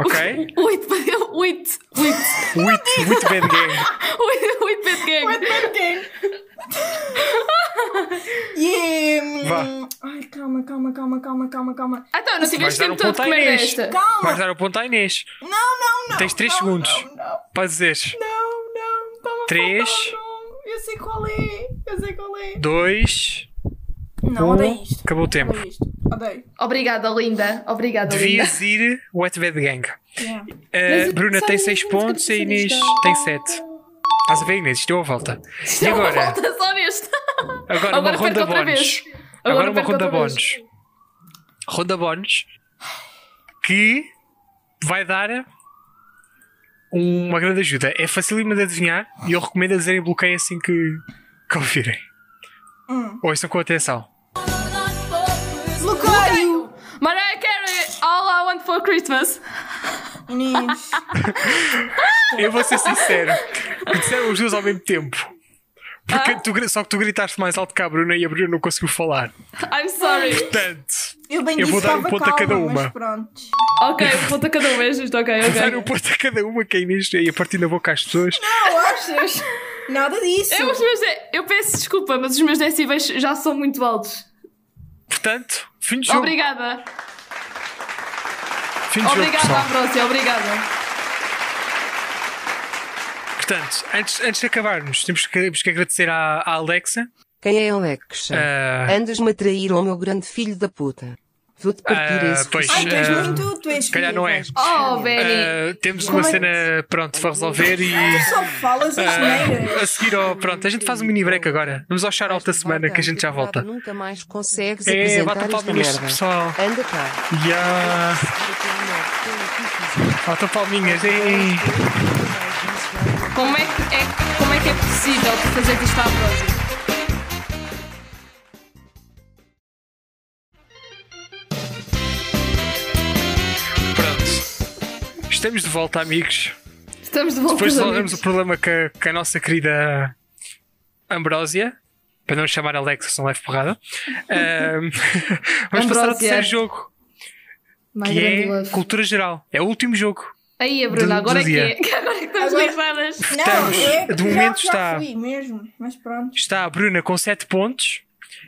Speaker 2: Ok?
Speaker 1: Oito, oito, oito,
Speaker 2: Wit, Wit Bad Gang.
Speaker 1: oito, oito Bad
Speaker 3: With
Speaker 1: Gang.
Speaker 3: Bad Gang. E...
Speaker 2: Vá.
Speaker 3: hum, Ai, calma, calma, calma, calma, calma, calma.
Speaker 1: Ah, Então, não tiveste
Speaker 2: dar um
Speaker 1: tempo todo de
Speaker 2: ponto à
Speaker 1: comer
Speaker 2: Inês.
Speaker 1: nesta.
Speaker 2: Vais
Speaker 3: Calma!
Speaker 2: dar o ponto à Inês.
Speaker 3: Não, não, não!
Speaker 2: Tens três
Speaker 3: não,
Speaker 2: segundos.
Speaker 3: Não, não,
Speaker 2: Para dizer
Speaker 3: não, não. Tá-me a
Speaker 2: Três.
Speaker 3: faltar o nome. Eu sei qual é. Eu sei qual é.
Speaker 2: 2,
Speaker 3: Não, odeio
Speaker 2: 1.
Speaker 3: isto.
Speaker 2: Acabou o tempo.
Speaker 3: Odeio isto. Odeio.
Speaker 1: Obrigada, linda. Obrigada, linda.
Speaker 2: Devias ir Wet Bad Gang.
Speaker 3: Yeah.
Speaker 2: Uh,
Speaker 1: Mas-
Speaker 2: Bruna
Speaker 1: sabe,
Speaker 2: tem
Speaker 1: mas
Speaker 2: 6
Speaker 1: eu
Speaker 2: pontos e a
Speaker 1: esqueci
Speaker 2: Inês
Speaker 1: disto.
Speaker 2: tem 7. Estás a ver, Inês? Isto deu a volta. E
Speaker 1: Deu uma
Speaker 2: agora?
Speaker 1: volta só neste.
Speaker 2: Agora, uma
Speaker 1: Agora perco
Speaker 2: ronda
Speaker 1: outra
Speaker 2: bónus.
Speaker 1: vez.
Speaker 2: Agora, uma
Speaker 1: perco
Speaker 2: ronda
Speaker 1: outra vez.
Speaker 2: bónus. Ronda bónus que vai dar uma grande ajuda. É facílimo de adivinhar e eu recomendo a dizerem bloqueio assim que, que ouvirem.
Speaker 3: Hum.
Speaker 2: Ouçam com atenção.
Speaker 3: Bloqueio!
Speaker 1: Mariah Carey, All I Want for Christmas.
Speaker 3: Inês.
Speaker 2: Eu vou ser sincero. que Disseram os dois ao mesmo tempo. Porque tu gri- só que tu gritaste mais alto que a Bruna e a Bruna não conseguiu falar.
Speaker 1: I'm sorry.
Speaker 2: Portanto,
Speaker 3: Eu bem
Speaker 2: Eu
Speaker 3: disse
Speaker 2: vou
Speaker 3: que
Speaker 2: dar um
Speaker 3: estava
Speaker 2: ponto a cada
Speaker 3: calma,
Speaker 2: uma.
Speaker 3: Mas pronto.
Speaker 1: Ok, ponto a cada um vez, isto, ok,
Speaker 2: dar um
Speaker 1: ok.
Speaker 2: ponto a cada uma que a Inês e a partir da boca às pessoas.
Speaker 3: Não achas? Nada disso.
Speaker 1: Eu, os meus de- eu peço desculpa, mas os meus decibéis já são muito altos.
Speaker 2: Portanto, fim de jogo.
Speaker 1: Obrigada.
Speaker 2: Fim de jogo,
Speaker 1: Obrigada,
Speaker 2: pessoal.
Speaker 1: Ambrósia, obrigada.
Speaker 2: Portanto, antes, antes de acabarmos, temos que, temos que agradecer à, à Alexa.
Speaker 4: Quem é Alexa?
Speaker 2: Ah,
Speaker 4: Andas-me a trair ao meu grande filho da puta. Vou-te partir
Speaker 2: Ah,
Speaker 4: esse
Speaker 2: pois,
Speaker 3: Ai, tu és
Speaker 2: Ah,
Speaker 3: muito. Tu és.
Speaker 2: se calhar não é.
Speaker 4: vais
Speaker 1: Oh,
Speaker 4: puxar.
Speaker 1: Benny.
Speaker 2: ah, temos
Speaker 4: Como
Speaker 2: uma
Speaker 4: é que-
Speaker 2: cena, pronto, para resolver e...
Speaker 3: Tu só falas as
Speaker 2: ah, a
Speaker 3: neiras.
Speaker 2: seguir, ao, pronto, a gente faz um mini break agora. Vamos ao shout-out da semana que a gente já volta.
Speaker 4: Nunca mais consegues
Speaker 2: É, bata
Speaker 4: apresentar esta
Speaker 2: palminhas,
Speaker 4: merda.
Speaker 2: pessoal.
Speaker 4: Anda cá.
Speaker 2: Yeah. Faltam palminhas. ei.
Speaker 1: Como é, que é, como é que é possível tu fazer isto à Ambrósia?
Speaker 2: Pronto. Estamos de volta, amigos.
Speaker 1: Estamos de volta.
Speaker 2: Depois resolvemos
Speaker 1: amigos.
Speaker 2: o problema que, a- que a nossa querida Ambrósia, para não chamar Alexa, senão leve um porrada, ahm, vamos passar ao
Speaker 1: Ambrósia.
Speaker 2: terceiro jogo,
Speaker 1: My
Speaker 2: que
Speaker 1: grande
Speaker 2: é
Speaker 1: love.
Speaker 2: cultura geral. É o último jogo.
Speaker 1: Aí, a
Speaker 2: do-
Speaker 1: Bruna, agora é
Speaker 2: do
Speaker 1: que
Speaker 2: dia.
Speaker 1: é. que Agora é que estamos
Speaker 3: Agora-
Speaker 1: ligadas.
Speaker 3: Não,
Speaker 2: estamos-
Speaker 3: é.
Speaker 2: de
Speaker 3: já-
Speaker 2: momento
Speaker 3: já
Speaker 2: está-
Speaker 3: fui mesmo. Mas pronto.
Speaker 2: Está a Bruna com 7 pontos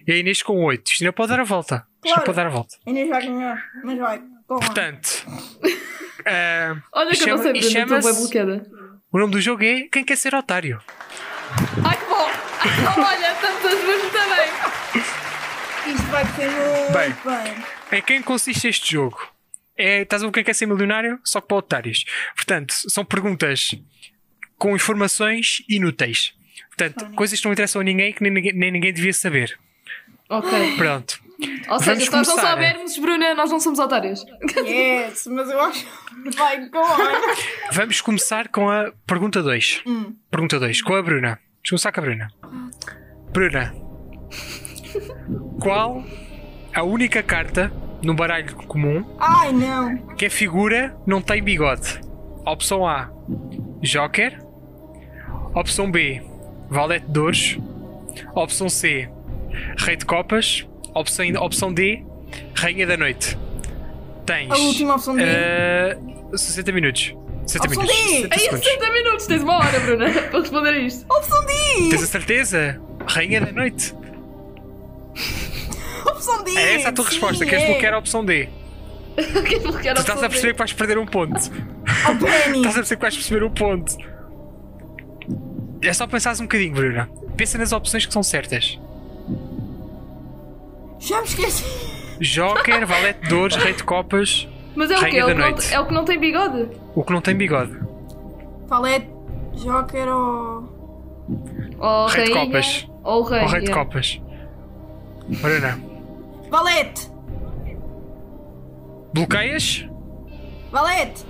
Speaker 2: e a Inês com 8. Isto não pode dar a volta. Isto não
Speaker 3: Claro.
Speaker 2: pode dar a volta.
Speaker 3: Inês vai ganhar. Mas vai. Calma.
Speaker 2: Portanto, ahm,
Speaker 1: Olha que eu não
Speaker 2: Chama-
Speaker 1: sei,
Speaker 2: e
Speaker 1: Bruna, estou
Speaker 2: chama-se-
Speaker 1: bem bloqueada.
Speaker 2: o nome do jogo é Quem Quer Ser Otário.
Speaker 1: Ai, que bom. Ai, que bom, olha, estamos as duas muito bem.
Speaker 3: Isto vai ser muito
Speaker 2: Bem.
Speaker 3: bem.
Speaker 2: Em quem consiste este jogo? É, estás a ver o que é que é ser milionário? Só que para otários. Portanto, são perguntas com informações inúteis. Portanto, coisas que não interessam a ninguém que nem ninguém, nem ninguém devia saber.
Speaker 1: Ok.
Speaker 2: Pronto.
Speaker 1: Ou seja, se nós não
Speaker 2: começar.
Speaker 1: soubermos, Bruna, nós não somos otários.
Speaker 3: Yes, mas eu acho. Vai, go on.
Speaker 2: Vamos começar com a pergunta 2. Pergunta 2, com a Bruna. Vamos começar com a Bruna. Bruna, qual a única carta num baralho comum
Speaker 3: Ai, não.
Speaker 2: que a figura não tem bigode. Opção A: Joker. Opção B: Valete de Ouros. Opção C: Rei de Copas. Opção, opção D: Rainha da Noite. Tens.
Speaker 3: A última opção D.
Speaker 2: eh, 60 minutos. 60
Speaker 3: Opção
Speaker 2: minutos.
Speaker 3: D.
Speaker 2: 60
Speaker 1: Aí,
Speaker 2: segundos.
Speaker 1: 60 minutos, tens uma hora, Bruna, para responder a isto.
Speaker 3: Opção D!
Speaker 2: Tens a certeza? Rainha da Noite.
Speaker 3: Opção D!
Speaker 2: É essa a tua
Speaker 3: Sim,
Speaker 2: resposta. Queres
Speaker 3: é.
Speaker 2: bloquear a opção D?
Speaker 1: Quem é bloquear
Speaker 2: Tu estás a perceber que vais perder um ponto.
Speaker 3: Oh, Benny!
Speaker 2: Estás a perceber que vais perceber o ponto. É só pensares um bocadinho, Bruna. Pensa nas opções que são certas.
Speaker 3: Já me esqueci.
Speaker 2: Joker, Valete de Dores, Rei de Copas,
Speaker 1: Mas é o
Speaker 2: Rainha
Speaker 1: quê? É o
Speaker 2: da
Speaker 1: que não,
Speaker 2: noite.
Speaker 1: é o que não tem bigode?
Speaker 2: o que não tem bigode.
Speaker 3: Valete, Joker ou.
Speaker 1: Ou
Speaker 2: Rei de
Speaker 1: rainha,
Speaker 2: copas.
Speaker 1: Ou rainha.
Speaker 2: Ou Rei de Copas. Ora não.
Speaker 3: Valete!
Speaker 2: Bloqueias?
Speaker 3: Valete!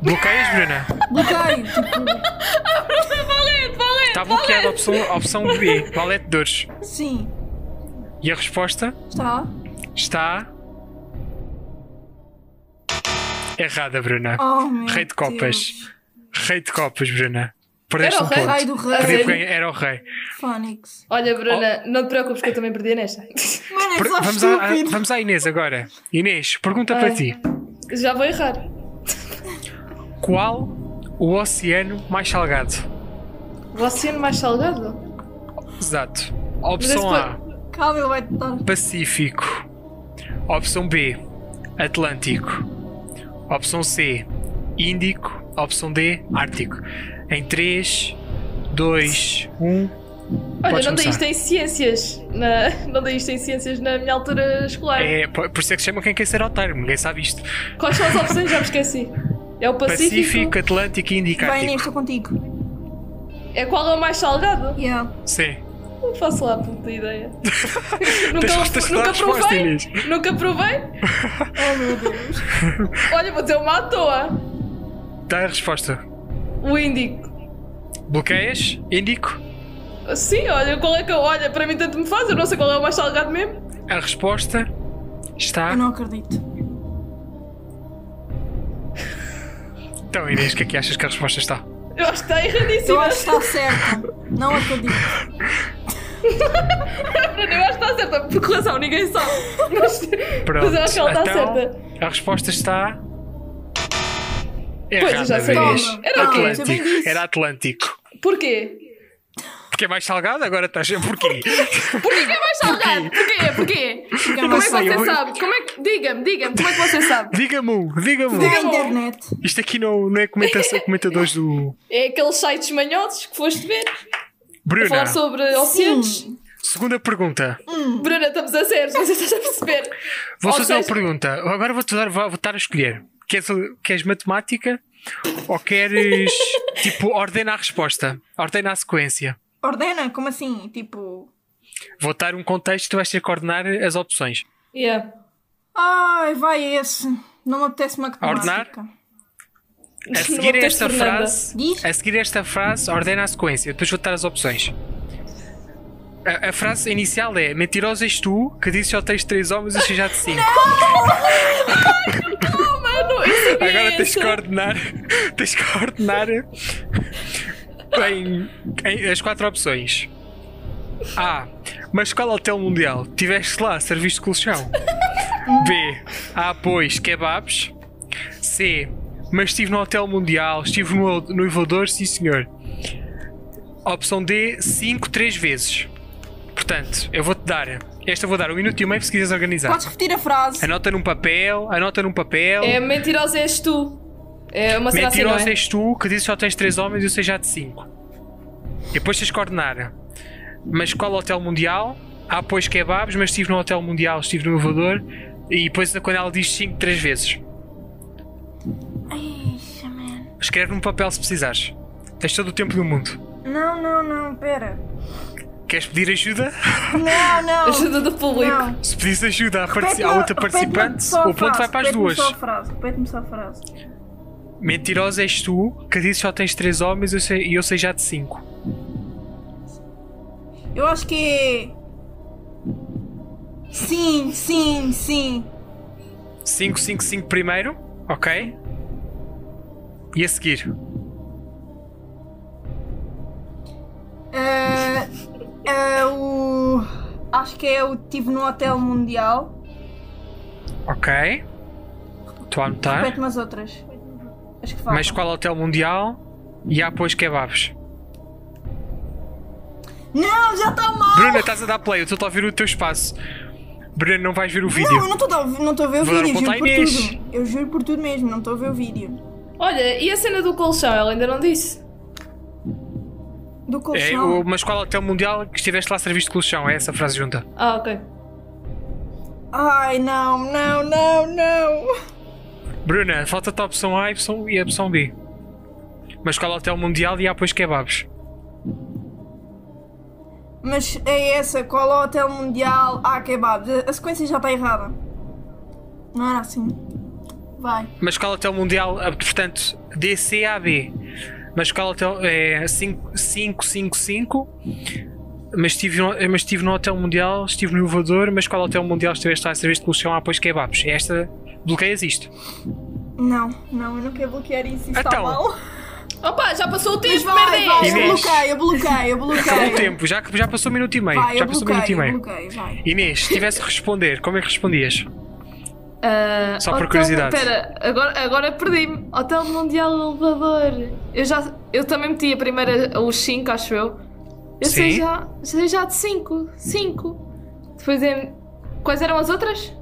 Speaker 2: Bloqueias, Bruna?
Speaker 3: Bloqueio! tipo,
Speaker 1: Valente, valente!
Speaker 2: Está bloqueada a opção, a opção B, Valete de Dores.
Speaker 3: sim,
Speaker 2: E a resposta
Speaker 3: está.
Speaker 2: está. errada, Bruna.
Speaker 3: Oh, meu
Speaker 2: Rei de Copas.
Speaker 3: Deus.
Speaker 2: Rei de Copas, Bruna. Perdeste
Speaker 1: Era
Speaker 2: um
Speaker 1: o rei.
Speaker 2: ponto.
Speaker 3: Ai, do rei.
Speaker 2: Podia ganhar- Era o rei.
Speaker 3: Fónix.
Speaker 1: Olha,
Speaker 2: Oh.
Speaker 1: Bruna, não te preocupes que eu também perdi nesta.
Speaker 3: Mano, é que
Speaker 2: Per-
Speaker 3: só
Speaker 2: vamos, à, à-
Speaker 3: estúpido. Ah.
Speaker 2: vamos à Inês agora. Inês, pergunta
Speaker 1: Ai.
Speaker 2: para ti:
Speaker 1: Já vou errar.
Speaker 2: Qual o oceano mais salgado?
Speaker 1: O oceano mais salgado?
Speaker 2: Exato.
Speaker 1: Mas esse
Speaker 2: Opção
Speaker 1: foi-
Speaker 2: A:
Speaker 3: Calma, ele vai te dar.
Speaker 2: Pacífico. Opção B: Atlântico. Opção C: Índico. Opção D: Ártico. Em um, 3, 2, 1.
Speaker 1: Olha,
Speaker 2: Podes
Speaker 1: não dei
Speaker 2: começar.
Speaker 1: isto em ciências. Na... Não dei isto em ciências na minha altura escolar.
Speaker 2: É, po- por isso é que se chama quem quer ser otário, ninguém sabe isto.
Speaker 1: Quais são as opções? Já me esqueci. É o Pacífico.
Speaker 2: Pacífico, Atlântico e Índico.
Speaker 3: Vai, Inês,
Speaker 2: Ártico.
Speaker 3: estou contigo.
Speaker 1: É qual é o mais salgado?
Speaker 3: Yeah.
Speaker 2: Sim.
Speaker 1: Não faço lá puta ideia.
Speaker 2: Tens- tens de dar
Speaker 1: nunca
Speaker 2: a resposta,
Speaker 1: provei.
Speaker 2: Inês.
Speaker 1: Nunca provei.
Speaker 3: Oh, meu Deus.
Speaker 1: Olha, vou dizer uma à toa.
Speaker 2: Dá a resposta.
Speaker 1: O Índico.
Speaker 2: Bloqueias? Índico?
Speaker 1: Sim, olha, qual é que eu. Olha, para mim tanto me faz, eu não sei qual é o mais salgado mesmo.
Speaker 2: A resposta está.
Speaker 3: Eu não acredito.
Speaker 2: Então, Inês, o que é que achas que a resposta está?
Speaker 1: Eu acho que está erradíssimo.
Speaker 3: Eu acho que está certo. Não acredito.
Speaker 1: Bruno, eu acho que está certa. Por que razão, ninguém sabe. Mas,
Speaker 2: Pronto.
Speaker 1: mas eu acho que ela está
Speaker 2: então,
Speaker 1: certa.
Speaker 2: A resposta está.
Speaker 1: eu já
Speaker 2: Errada,
Speaker 1: sei.
Speaker 2: Inês.
Speaker 3: Toma.
Speaker 1: Era o quê?
Speaker 3: Eu bem
Speaker 2: Atlântico.
Speaker 3: disse.
Speaker 2: Era Atlântico.
Speaker 1: Porquê?
Speaker 2: Porque é mais salgado, agora estás. Porquê?
Speaker 1: Porquê que é mais salgado? Porquê? Porquê?
Speaker 3: não
Speaker 1: Como é que
Speaker 2: sei,
Speaker 1: você
Speaker 2: eu-
Speaker 1: sabe? Como é que... Diga-me, diga-me, como é que você sabe?
Speaker 2: diga-me, um, diga-me. um.
Speaker 3: Na internet.
Speaker 2: Isto aqui não, não é comentação, comentadores do.
Speaker 1: É aqueles sites manhosos que foste ver a
Speaker 2: Bruna,
Speaker 1: falar sobre oceanos.
Speaker 3: Sim.
Speaker 2: segunda pergunta.
Speaker 1: Bruna, estamos a sério, você estás a perceber.
Speaker 2: Vou
Speaker 1: Ou
Speaker 2: fazer uma
Speaker 1: seja-
Speaker 2: pergunta. Agora vou-te dar, vou estar a escolher. Queres, queres matemática ou queres. tipo, ordena a resposta, ordena a sequência.
Speaker 3: Ordena? Como assim? Tipo.
Speaker 2: Vou dar um contexto, tu vais ter que ordenar as opções.
Speaker 1: Yeah.
Speaker 3: Ai, vai esse. Não me apetece matemática.
Speaker 2: A
Speaker 1: Não
Speaker 2: seguir
Speaker 1: apetece
Speaker 2: esta
Speaker 1: Fernanda.
Speaker 2: frase,
Speaker 3: Diz.
Speaker 2: a seguir esta frase, ordena a sequência. Depois vou dar as opções. A, a frase inicial é: Mentiroso és tu que disse ao texto três homens e eu já de cinco.
Speaker 1: Oh, Mano, eu sabia
Speaker 2: Agora tens
Speaker 1: essa.
Speaker 2: que ordenar. Tens que ordenar em, em as quatro opções. A. Mas qual hotel mundial? Tiveste lá serviço de colchão? B. Ah, pois, kebabs. C. Mas estive no hotel mundial, estive no, no elevador, sim senhor. Opção D, 5, 3 vezes. Portanto, eu vou-te dar. Esta eu vou dar um minuto e meio se quiseres organizar.
Speaker 3: Podes repetir a frase.
Speaker 2: Anota num papel, anota num papel.
Speaker 1: É mentirosa és tu. É uma cena assim, não
Speaker 2: Mentiroso
Speaker 1: é?
Speaker 2: és tu que dizes só tens três homens e eu sei já é de cinco. E depois tens que ordenar. Mas qual é hotel mundial? Ah, pois kebabs, mas estive no hotel mundial, estive no elevador. E depois quando ela diz cinco, três vezes.
Speaker 3: Ixi, man.
Speaker 2: Escreve num papel se precisares. Tens todo o tempo do mundo.
Speaker 3: Não, não, não, pera.
Speaker 2: Queres pedir ajuda?
Speaker 3: Não, não.
Speaker 1: Ajuda do público.
Speaker 3: Não.
Speaker 2: Se pedires ajuda à, partici-
Speaker 3: Repete-me-
Speaker 2: à outra
Speaker 3: repete-me
Speaker 2: participante,
Speaker 3: só a
Speaker 2: o ponto
Speaker 3: frase,
Speaker 2: vai para as
Speaker 3: repete-me
Speaker 2: duas.
Speaker 3: só a frase, Repete-me só a frase.
Speaker 2: Mentiroso és tu que dizes só tens três homens e eu sei- e eu sei já é de cinco.
Speaker 3: Eu acho que é. Sim, sim, sim.
Speaker 2: 555 primeiro, ok? E a seguir?
Speaker 3: Ah, ah, o... Acho que é o Tive no Hotel Mundial.
Speaker 2: Ok. Estou a anotar.
Speaker 3: Repete-me as outras. Acho que falta.
Speaker 2: Mas qual é hotel mundial? E há pois kebabs.
Speaker 3: Não, já está mal!
Speaker 2: Bruna, estás a dar play, eu estou a ouvir o teu espaço. Bruna, não vais ver o
Speaker 3: Não, eu
Speaker 2: vídeo.
Speaker 3: não estou a ouvir- não estou a ver o
Speaker 2: Vou dar um
Speaker 3: vídeo,
Speaker 2: ponto
Speaker 3: juro
Speaker 2: à
Speaker 3: por
Speaker 2: Inês.
Speaker 3: tudo. Eu juro por tudo mesmo, não estou a ver o vídeo.
Speaker 1: Olha, e a cena do colchão? Ela ainda não disse.
Speaker 3: Do
Speaker 2: É,
Speaker 3: colchão.
Speaker 2: o- mas qual hotel mundial que estiveste lá a serviço de colchão? É essa a frase junta.
Speaker 1: Ah, ok.
Speaker 3: Ai, não, não, não, não.
Speaker 2: Bruna, falta-te a opção A e a opção- e a opção B. Mas qual é hotel mundial e há depois kebabs?
Speaker 3: Mas é essa, qual é o hotel mundial? Ah, kebabs. A- A sequência já está errada. Não era assim. Vai.
Speaker 2: Mas qual hotel mundial, ah, portanto, DCAB. Mas qual hotel é 555? Mas estive, no- mas estive no Hotel Mundial, estive no elevador, mas qual hotel mundial estiveste a serviço de colchão há depois kebabs? Esta bloqueias isto.
Speaker 3: Não, não, eu não quero bloquear isso. Isso está
Speaker 2: Então.
Speaker 3: mal.
Speaker 5: Opa, já passou o tempo,
Speaker 1: é
Speaker 3: Vai,
Speaker 5: merda!
Speaker 3: vai, eu
Speaker 2: Inês.
Speaker 3: bloqueio, eu bloqueio, eu
Speaker 2: Acabou
Speaker 3: bloqueio.
Speaker 2: o tempo, já, já passou um minuto e meio.
Speaker 3: Vai,
Speaker 2: já
Speaker 3: eu
Speaker 2: passou um minuto e
Speaker 3: bloqueio, eu
Speaker 2: meio.
Speaker 3: bloqueio, vai.
Speaker 2: Inês, se tivesse que responder, como é que respondias?
Speaker 1: Ah,
Speaker 2: Só por
Speaker 1: hotel-
Speaker 2: curiosidade.
Speaker 1: Espera, agora, agora perdi-me. Hotel Mundial Elevador. Eu, já, eu também meti a primeira, os 5, acho eu. Eu sei
Speaker 2: Sim.
Speaker 1: já, sei já de 5. 5. Depois é. Quais eram as outras?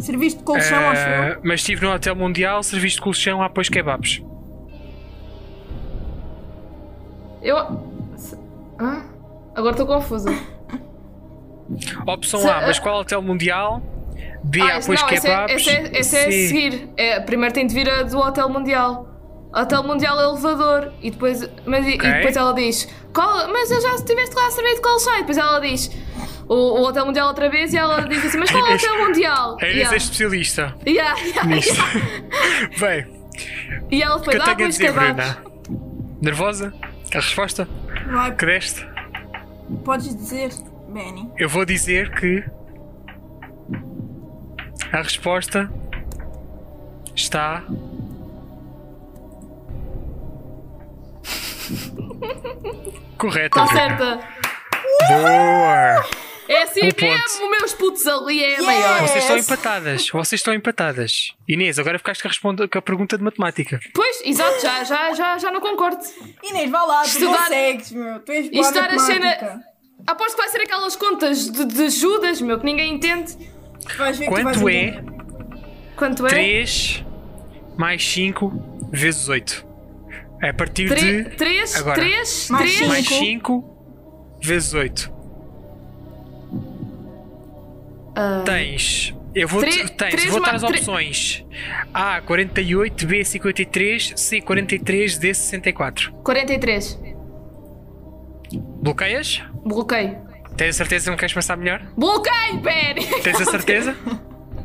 Speaker 3: Serviço de colchão, acho eu.
Speaker 2: Ah, mas estive no Hotel Mundial, serviço de colchão há depois kebabs.
Speaker 1: Eu. se- Hã? Agora estou confusa.
Speaker 2: Opção
Speaker 1: Se-
Speaker 2: A, mas qual é hotel mundial? B, há
Speaker 1: esse-
Speaker 2: depois
Speaker 1: não, esse é,
Speaker 2: kebabs.
Speaker 1: esse é, esse é a
Speaker 2: C.
Speaker 1: seguir. É, primeiro tem de vir a do Hotel Mundial. Hotel Mundial é Elevador. E depois, mas, e-
Speaker 2: Ok.
Speaker 1: e depois ela diz: "Qual- Mas eu já estiveste lá a saber de qual site. Depois ela diz: o, o Hotel Mundial outra vez. E ela diz assim: Mas qual é o
Speaker 2: Inês-
Speaker 1: Hotel Mundial?
Speaker 2: A Inês
Speaker 1: Yeah.
Speaker 2: é especialista
Speaker 1: Yeah, yeah,
Speaker 2: nisto.
Speaker 1: yeah.
Speaker 2: Bem,
Speaker 1: E ela
Speaker 2: o que
Speaker 1: foi
Speaker 2: eu
Speaker 1: lá
Speaker 2: tenho a
Speaker 1: depois
Speaker 2: dizer,
Speaker 1: kebabs.
Speaker 2: Bruna? Nervosa? A resposta
Speaker 3: Vai,
Speaker 2: que deste?
Speaker 3: podes dizer, Benny.
Speaker 2: Eu vou dizer que. A resposta está. Correta.
Speaker 1: Está
Speaker 2: Bruna.
Speaker 1: tá certa.
Speaker 2: Boa!
Speaker 1: É assim
Speaker 2: Um ponto.
Speaker 1: mesmo, meus putos ali é
Speaker 3: Yeah.
Speaker 1: maior.
Speaker 2: Vocês estão
Speaker 3: Yes.
Speaker 2: empatadas, vocês estão empatadas. Inês, agora ficaste com a, responda- com a pergunta de matemática.
Speaker 1: Pois, exato, já, já, já, já não concordo.
Speaker 3: Inês, vá lá, tu
Speaker 1: Estudar-
Speaker 3: consegues, meu. Tu és boa
Speaker 1: Isto era
Speaker 3: matemática.
Speaker 1: cena- Aposto que vai ser aquelas contas de, de Judas, meu, que ninguém entende.
Speaker 3: Vais ver que tu vais
Speaker 2: Quanto é
Speaker 3: entender.
Speaker 1: Quanto é?
Speaker 2: 3 mais 5 vezes 8? A partir de.
Speaker 1: 3, 3,
Speaker 2: agora.
Speaker 1: 3,
Speaker 3: Mais
Speaker 2: Mais
Speaker 1: 3.
Speaker 3: cinco.
Speaker 2: 5 vezes 8. Tens. Eu vou,
Speaker 1: Tre-
Speaker 2: tens,
Speaker 1: Ah. três
Speaker 2: vou dar
Speaker 1: ma-
Speaker 2: as
Speaker 1: tre-
Speaker 2: opções: A 48, B 53, C 43, D 64.
Speaker 1: 43.
Speaker 2: Bloqueias?
Speaker 1: Bloqueio.
Speaker 2: Tens a certeza que não queres pensar melhor?
Speaker 1: Bloqueio, pera!
Speaker 2: Tens a certeza?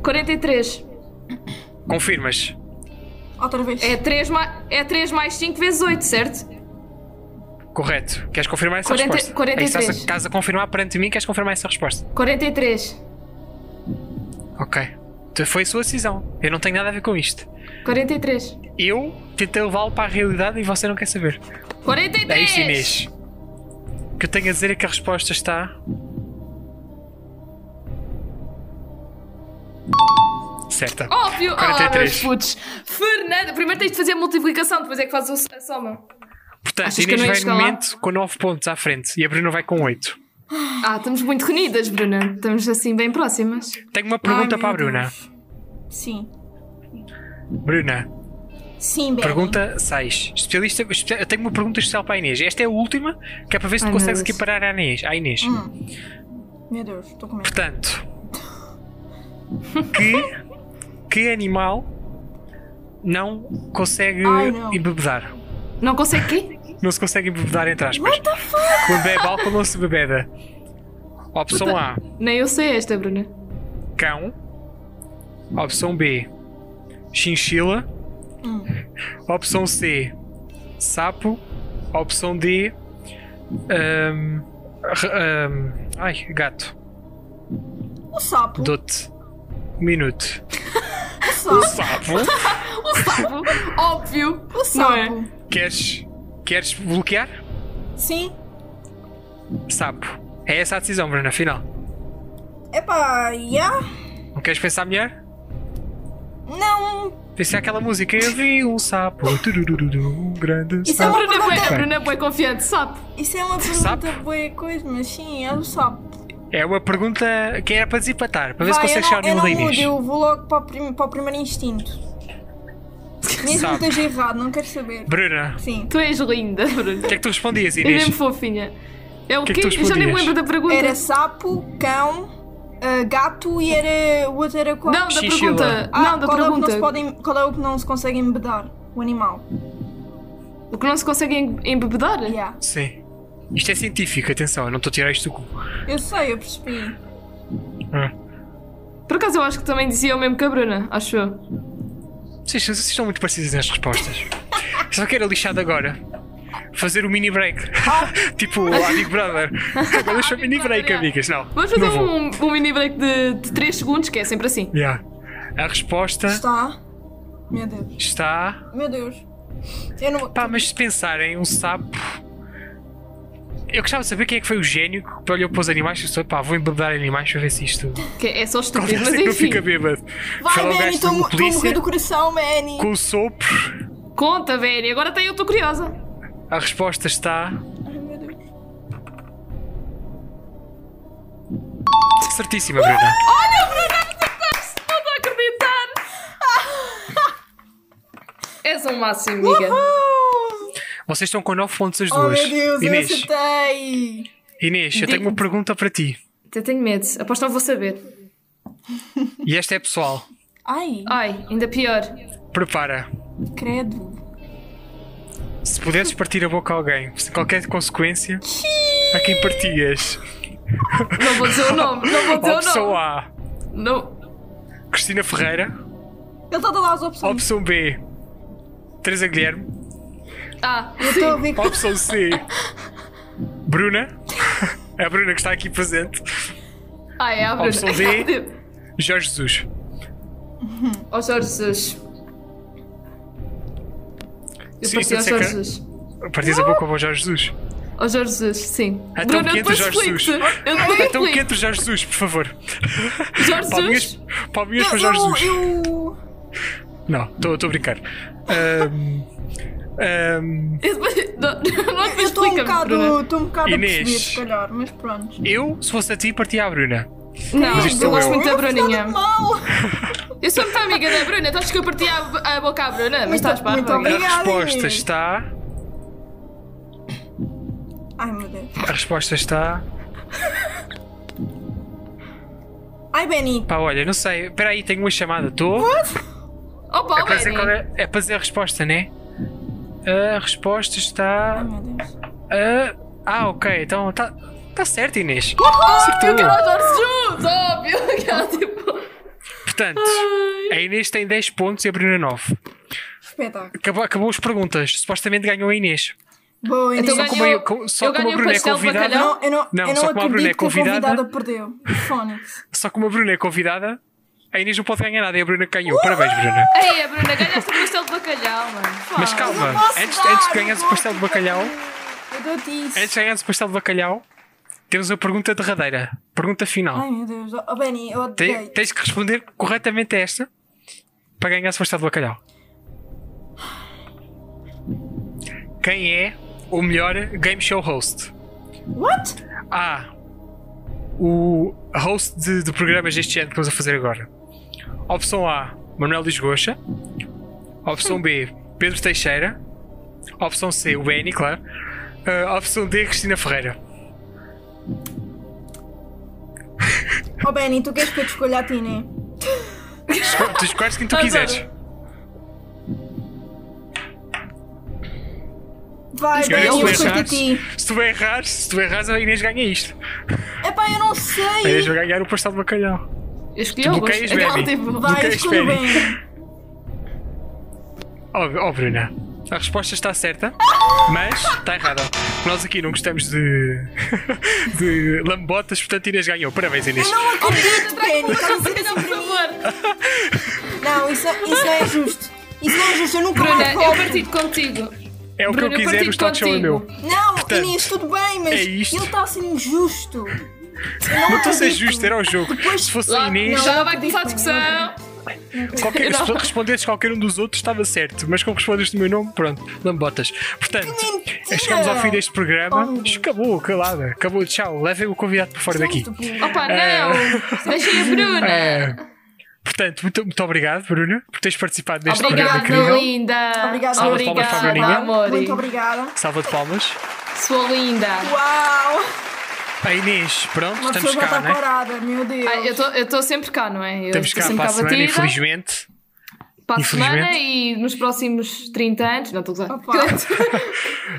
Speaker 1: 43.
Speaker 2: Confirmas?
Speaker 3: Outra vez.
Speaker 1: É 3, ma... é 3 mais 5 vezes 8, certo?
Speaker 2: Correto. Queres confirmar essa
Speaker 1: 40
Speaker 2: resposta?
Speaker 1: 43.
Speaker 2: É isso, Estás a, estás a confirmar perante mim, queres confirmar essa resposta?
Speaker 1: 43.
Speaker 2: Ok. Tu- Foi a sua decisão. Eu não tenho nada a ver com isto.
Speaker 1: 43.
Speaker 2: Eu tentei levá-lo para a realidade e você não quer saber. É
Speaker 1: 43!
Speaker 2: isto, Inês. O que eu tenho a dizer é que a resposta está. Certa.
Speaker 1: Óbvio! Ah,
Speaker 2: 43.
Speaker 1: meus putos. Fernanda, primeiro tens de fazer a multiplicação, depois é que fazes o- a soma.
Speaker 2: Portanto,
Speaker 1: achas que eu
Speaker 2: Inês
Speaker 1: não ia
Speaker 2: vai no
Speaker 1: chegar lá?
Speaker 2: momento com 9 pontos à frente e a Bruna vai com 8.
Speaker 1: Ah, estamos muito reunidas, Bruna. Estamos assim bem próximas.
Speaker 2: Tenho uma pergunta
Speaker 3: Ai,
Speaker 2: para a
Speaker 3: meu
Speaker 2: Bruna.
Speaker 3: Deus. Sim.
Speaker 2: Bruna,
Speaker 3: Sim, Benny.
Speaker 2: Pergunta 6. Especialista, espe- eu tenho uma pergunta especial para a Inês. Esta é a última, que é para ver se tu
Speaker 1: Ai,
Speaker 2: consegues
Speaker 1: meu Deus. Hum.
Speaker 2: equiparar à Inês. À Inês.
Speaker 3: Meu Deus, estou com medo.
Speaker 2: Portanto, que, que animal não consegue
Speaker 3: Ai, não.
Speaker 2: embebedar?
Speaker 1: Não consegue quê?
Speaker 2: Não se consegue embebedar, entre aspas. What the fuck? Quando bebe álcool, não se bebeda. Opção A,
Speaker 1: Nem eu sei esta, Bruna.
Speaker 2: cão. Opção B, chinchila. Hum. Opção C, sapo. Opção D, ahm, r- ahm, ai, gato.
Speaker 3: O sapo.
Speaker 2: Dou-te um minuto.
Speaker 3: O sapo.
Speaker 2: Sapo?
Speaker 1: O sapo, óbvio.
Speaker 3: O sapo.
Speaker 1: Não é.
Speaker 2: queres, queres bloquear?
Speaker 3: Sim.
Speaker 2: Sapo. É essa a decisão, Bruna, afinal.
Speaker 3: Epá, já?
Speaker 2: Não queres pensar melhor?
Speaker 3: Não.
Speaker 2: Pensei aquela música. Eu vi um sapo, turururudu, um grande
Speaker 3: Isso é
Speaker 1: A
Speaker 2: sapo.
Speaker 3: uma
Speaker 1: Bruna foi, a
Speaker 3: pergunta.
Speaker 1: Bruna foi confiante, sapo.
Speaker 3: Isso é uma
Speaker 2: Sapo?
Speaker 3: pergunta boa coisa, mas sim, é o sapo.
Speaker 2: É uma pergunta que era para desempatar, para ver se
Speaker 3: Vai, eu
Speaker 2: consegues chegar
Speaker 3: não,
Speaker 2: ao
Speaker 3: eu
Speaker 2: nível
Speaker 3: não
Speaker 2: da
Speaker 3: mudo,
Speaker 2: Inês.
Speaker 3: eu vou logo para o, prim- para o primeiro instinto. Mesmo que
Speaker 2: Sapo.
Speaker 3: esteja errado, não quero saber.
Speaker 2: Bruna,
Speaker 3: Sim.
Speaker 1: Tu és linda, Bruna.
Speaker 2: o que é que tu respondias,
Speaker 1: É mesmo
Speaker 2: Inês?
Speaker 1: fofinha. É o
Speaker 2: Que é
Speaker 1: quê?
Speaker 2: que tu
Speaker 1: eu já nem me
Speaker 2: respondias?
Speaker 1: lembro da pergunta.
Speaker 3: Era sapo, cão, ah, gato e era. O outro era qual?
Speaker 1: Não, da
Speaker 2: Chinchila.
Speaker 1: pergunta.
Speaker 3: Ah,
Speaker 1: não, da
Speaker 3: qual, é o que não
Speaker 1: pergunta.
Speaker 3: se podem, qual é o que não se consegue embedar? O animal.
Speaker 1: O que não se consegue em- embebedar?
Speaker 3: Yeah.
Speaker 2: Sim. Isto é científico, atenção, eu não estou a tirar isto do cu.
Speaker 3: Eu sei, eu percebi.
Speaker 1: Por acaso eu acho que também dizia o mesmo que a Bruna, acho eu.
Speaker 2: Vocês, vocês estão muito parecidos nas respostas. Só que era lixado agora. Fazer o mini break.
Speaker 3: Ah.
Speaker 2: tipo a Big Brother. Agora deixa o mini break, amigas. Não.
Speaker 1: Vamos fazer
Speaker 2: não vou.
Speaker 1: um, um mini break de, de 3 segundos, que é sempre assim.
Speaker 2: Yeah. A resposta
Speaker 3: Está. Meu Deus.
Speaker 2: está.
Speaker 3: Meu Deus. Eu não.
Speaker 2: Pá, mas se pensarem, um sapo. Eu gostava de saber quem é que foi o gênio que olhou para os animais e pensou: pá, vou embebedar animais para ver se isto.
Speaker 1: Que é só
Speaker 2: Qual
Speaker 1: estúpido,
Speaker 2: é
Speaker 1: mas
Speaker 2: que não
Speaker 1: enfim.
Speaker 2: fica bêbado?
Speaker 3: Vai,
Speaker 2: Foi lá o
Speaker 3: Manny,
Speaker 2: gajo da
Speaker 3: estou a mo- estou a morrer
Speaker 2: polícia
Speaker 3: do coração, Manny.
Speaker 2: Com o sopro.
Speaker 1: Conta, velho, agora tem eu estou curiosa.
Speaker 2: A resposta está.
Speaker 3: Ai, meu Deus.
Speaker 2: Certíssima, Bruna.
Speaker 1: Não estou a acreditar! És um máximo, amiga.
Speaker 2: Vocês estão com 9 pontos as
Speaker 3: Oh,
Speaker 2: duas.
Speaker 3: meu Deus, eu
Speaker 2: Inês,
Speaker 3: acertei.
Speaker 2: Inês, eu tenho uma pergunta para ti.
Speaker 1: Até tenho medo, aposto que não vou saber.
Speaker 2: E esta é pessoal.
Speaker 3: Ai,
Speaker 1: Ai, ainda pior.
Speaker 2: Prepara.
Speaker 3: credo.
Speaker 2: Se pudesses partir a boca a alguém, sem qualquer consequência, a quem partias?
Speaker 1: Não vou dizer o nome, não vou dizer o
Speaker 2: Opção
Speaker 1: nome.
Speaker 2: A,
Speaker 1: Não.
Speaker 2: Cristina Ferreira.
Speaker 3: Ele está a dar lá as opções.
Speaker 2: Opção B, Teresa Guilherme.
Speaker 1: Ah,
Speaker 3: Eu estou a ver que
Speaker 2: Opção C, Bruna. É a Bruna que está aqui presente.
Speaker 1: ah é a Bruna.
Speaker 2: Opção D. Jorge Jesus.
Speaker 1: Ó Jorge Jesus. Eu
Speaker 2: Sim,
Speaker 1: parti ao
Speaker 2: isso é
Speaker 1: Jorge
Speaker 2: que-
Speaker 1: Jesus.
Speaker 2: Partias a boca ao Jorge Jesus.
Speaker 1: Ó Jorge Jesus, sim.
Speaker 2: Ah, então
Speaker 1: Bruna,
Speaker 2: quente,
Speaker 1: depois
Speaker 2: Jorge
Speaker 1: explico-te.
Speaker 2: Jesus.
Speaker 1: Eu depois
Speaker 2: Então
Speaker 1: explico.
Speaker 2: que entre o Jorge Jesus, por favor.
Speaker 1: Jorge
Speaker 2: Palminhas,
Speaker 1: Jesus.
Speaker 2: palminhas para o Jorge
Speaker 3: Eu,
Speaker 2: Jesus.
Speaker 3: eu,
Speaker 2: Não, estou a brincar. Ahm, ahm,
Speaker 1: Eu depois- Não, não
Speaker 3: eu
Speaker 1: depois
Speaker 3: estou um
Speaker 1: explica-me, Bruna.
Speaker 3: bocado, estou um bocado
Speaker 2: Inês.
Speaker 3: a perceber, se calhar, mas pronto.
Speaker 2: eu, se fosse a ti, partia à Bruna.
Speaker 1: Não,
Speaker 2: Mas isto é um-
Speaker 1: eu gosto
Speaker 2: sou eu.
Speaker 1: muito da
Speaker 3: Eu não fiz
Speaker 1: Bruninha.
Speaker 3: nada de Mal.
Speaker 1: Eu sou muito amiga da Bruna, então acho que eu parti a, a boca à Bruna, mas
Speaker 3: Muito-
Speaker 1: estás
Speaker 3: muito
Speaker 1: parva.
Speaker 2: A
Speaker 1: amiga.
Speaker 3: obrigada.
Speaker 2: resposta
Speaker 3: Inês.
Speaker 2: está.
Speaker 3: Ai, meu Deus.
Speaker 2: A resposta está.
Speaker 3: Ai, Benny.
Speaker 2: Pá, olha, não sei. Espera aí, tenho uma chamada. Estou.
Speaker 1: Opa,
Speaker 2: É para dizer qual
Speaker 1: Benny.
Speaker 2: é. É para dizer a resposta, né? A resposta
Speaker 3: Ai,
Speaker 2: está.
Speaker 3: meu Deus.
Speaker 2: a- Ah, ok. Então está. Está certo, Inês.
Speaker 1: Eu quero o Jorge Jesus, óbvio. Que ela tipo...
Speaker 2: Portanto, a Inês tem 10 pontos e a Bruna 9.
Speaker 3: Espetáculo.
Speaker 2: Acabou, acabou as perguntas. Supostamente ganhou a Inês.
Speaker 3: Boa, Inês.
Speaker 1: Então
Speaker 2: Só
Speaker 1: ganhou-
Speaker 2: como, eu- com- só
Speaker 1: eu
Speaker 2: como a
Speaker 1: ganhei o
Speaker 2: Bruna é
Speaker 1: pastel de
Speaker 2: convidada.
Speaker 1: bacalhau.
Speaker 3: Não, eu não,
Speaker 2: Não,
Speaker 3: eu
Speaker 2: só
Speaker 3: não
Speaker 2: que uma Bruna é
Speaker 3: acredito que a
Speaker 2: convidada.
Speaker 3: convidada perdeu. Phonics.
Speaker 2: Só como a Bruna é convidada, a Inês não pode ganhar nada e a Bruna ganhou. Parabéns, Bruna.
Speaker 1: Ei, a Bruna, ganhaste o pastel de bacalhau, mano.
Speaker 2: Mas
Speaker 1: Fala.
Speaker 2: calma,
Speaker 3: posso
Speaker 2: antes,
Speaker 3: dar,
Speaker 2: antes de
Speaker 3: eu
Speaker 2: ganhares o
Speaker 3: vou
Speaker 2: pastel de bacalhau,
Speaker 3: Eu dou-te isso.
Speaker 2: antes de ganhares o pastel de bacalhau, temos a pergunta derradeira. Pergunta final.
Speaker 3: Ai, meu Deus. Oh, Benny, eu
Speaker 2: Te-
Speaker 3: odeio.
Speaker 2: tens que responder corretamente a esta para ganhar o pastel de bacalhau. Quem é o melhor game show host?
Speaker 3: What?
Speaker 2: A. O host de, de programas deste género que estamos a fazer agora. Opção A, Manuel Lisgocha. Opção B, Pedro Teixeira. Opção C, o Benny, claro. Ah, opção D, Cristina Ferreira.
Speaker 3: Oh, Benny, tu queres que eu te escolha a ti, né?
Speaker 2: Esco- Tu escolhes quem tu
Speaker 1: Adoro.
Speaker 2: quiseres.
Speaker 3: Vai,
Speaker 2: Eu
Speaker 3: Benny, eu
Speaker 2: se, tu
Speaker 3: escolho a
Speaker 2: errares,
Speaker 3: ti.
Speaker 2: se tu errares, se tu errares, a Inês ganha isto.
Speaker 3: Epá, eu não
Speaker 2: A Inês
Speaker 3: sei.
Speaker 2: vai ganhar o pastel de bacalhau.
Speaker 1: Eu escolhi
Speaker 2: Tu
Speaker 1: o gosto.
Speaker 2: bloqueias,
Speaker 1: Aquela
Speaker 2: Benny.
Speaker 1: tipo...
Speaker 2: Bloqueias.
Speaker 3: Vai, eu
Speaker 2: queres,
Speaker 3: escolho
Speaker 2: Benny?
Speaker 3: bem.
Speaker 2: Oh, oh, Bruna, a resposta está certa, mas está errada. Nós aqui não gostamos de, de lambotas, portanto Inês ganhou. Parabéns, Inês.
Speaker 1: Oh,
Speaker 3: Eu não acredito, Benny. Estás a dizer
Speaker 1: Não, por favor.
Speaker 3: Não, isso, isso não é justo. Isso não é justo, eu nunca
Speaker 1: Bruna,
Speaker 3: mais
Speaker 1: eu
Speaker 3: volto.
Speaker 1: parti contigo.
Speaker 2: É o que eu
Speaker 1: Bruna, eu
Speaker 2: quiser,
Speaker 1: partilho
Speaker 2: o talk show é
Speaker 1: contigo.
Speaker 2: meu.
Speaker 3: Não,
Speaker 2: Portanto,
Speaker 3: Inês, tudo bem, mas
Speaker 2: é isto.
Speaker 3: ele está a ser injusto. Eu
Speaker 2: Não estou a ser
Speaker 3: acredito.
Speaker 2: justo, era o jogo.
Speaker 3: Depois-
Speaker 2: Se fosse a
Speaker 1: Lá,
Speaker 2: Inês,
Speaker 1: já
Speaker 3: não
Speaker 1: vai começar a
Speaker 3: acredito,
Speaker 1: discussão.
Speaker 2: qualquer,
Speaker 1: não.
Speaker 2: se respondesses qualquer um dos outros estava certo, mas como respondeste o meu nome, pronto, lambotas. Portanto,
Speaker 3: mentira!
Speaker 2: chegamos ao fim deste programa.
Speaker 3: Oh, meu Deus.
Speaker 2: Acabou, calada, acabou, tchau. Levem o convidado para fora daqui.
Speaker 3: Justo, pô.
Speaker 1: Opa, não. Deixem a Bruna.
Speaker 2: É. Portanto, muito, muito obrigado, Bruna, por teres participado deste programa
Speaker 1: Obrigada,
Speaker 2: é incrível.
Speaker 1: linda.
Speaker 3: Obrigada. Salvas
Speaker 2: palmas para a
Speaker 1: Obrigada,
Speaker 2: Bruninha.
Speaker 1: amor.
Speaker 3: Muito obrigada.
Speaker 2: Salva de palmas.
Speaker 1: Sou linda.
Speaker 3: Uau!
Speaker 2: A Inês, pronto,
Speaker 3: Uma
Speaker 2: estamos
Speaker 3: pessoa
Speaker 2: cá,
Speaker 3: volta
Speaker 2: né?
Speaker 3: corada, meu Deus.
Speaker 1: Ah, eu tô- eu estou sempre cá, não é? Eu
Speaker 2: Estamos
Speaker 1: tô
Speaker 2: cá
Speaker 1: sempre
Speaker 2: para a semana,
Speaker 1: batida,
Speaker 2: infelizmente.
Speaker 1: Para a semana
Speaker 2: infelizmente.
Speaker 1: e nos próximos 30 anos. Não, estou a usar.
Speaker 3: Opa.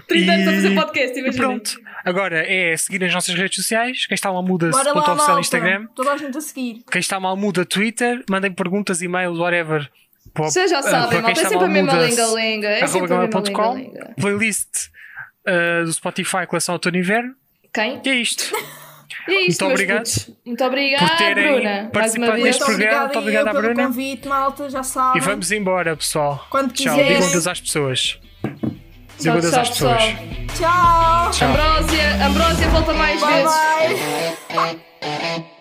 Speaker 5: 30 anos a fazer
Speaker 2: E-
Speaker 5: podcast,
Speaker 2: E
Speaker 5: imagina.
Speaker 2: pronto, agora é seguir as nossas redes sociais. Quem está mal muda-se.
Speaker 3: Bora lá,
Speaker 2: oficial
Speaker 3: malta.
Speaker 2: Instagram.
Speaker 3: Toda a gente a seguir.
Speaker 2: Quem está mal muda Twitter. Mandem perguntas, e-mails, whatever. para-
Speaker 5: Vocês já
Speaker 2: ah,
Speaker 5: sabem,
Speaker 2: para quem
Speaker 5: malta, é
Speaker 2: está
Speaker 5: sempre a mesma
Speaker 2: malmuda-se,
Speaker 5: lenga-lenga. É
Speaker 2: arroba
Speaker 5: sempre a mesma
Speaker 2: gmail.com.
Speaker 5: lenga-lenga.
Speaker 2: Playlist ah, do Spotify Coleção Outono e Inverno.
Speaker 5: Quem?
Speaker 2: E é isto.
Speaker 5: E é isto,
Speaker 2: Muito
Speaker 5: meus
Speaker 2: obrigado.
Speaker 5: putos. Muito obrigada,
Speaker 2: Por terem
Speaker 5: Bruna. Mais uma
Speaker 2: participado
Speaker 5: vez.
Speaker 2: neste
Speaker 3: Muito
Speaker 2: programa,
Speaker 3: obrigada
Speaker 2: muito
Speaker 3: e eu
Speaker 2: obrigado à
Speaker 3: pelo
Speaker 2: Bruna.
Speaker 3: convite, malta, já sabem.
Speaker 2: E vamos embora, pessoal.
Speaker 3: Quando
Speaker 2: Tchau,
Speaker 3: quiserem.
Speaker 2: digam Deus às pessoas.
Speaker 5: Tchau,
Speaker 2: Digam Deus
Speaker 5: tchau,
Speaker 2: às pessoas.
Speaker 5: pessoal.
Speaker 3: Tchau.
Speaker 2: Tchau.
Speaker 5: Ambrósia, Ambrósia volta mais
Speaker 3: Bye
Speaker 5: vezes.
Speaker 3: bye.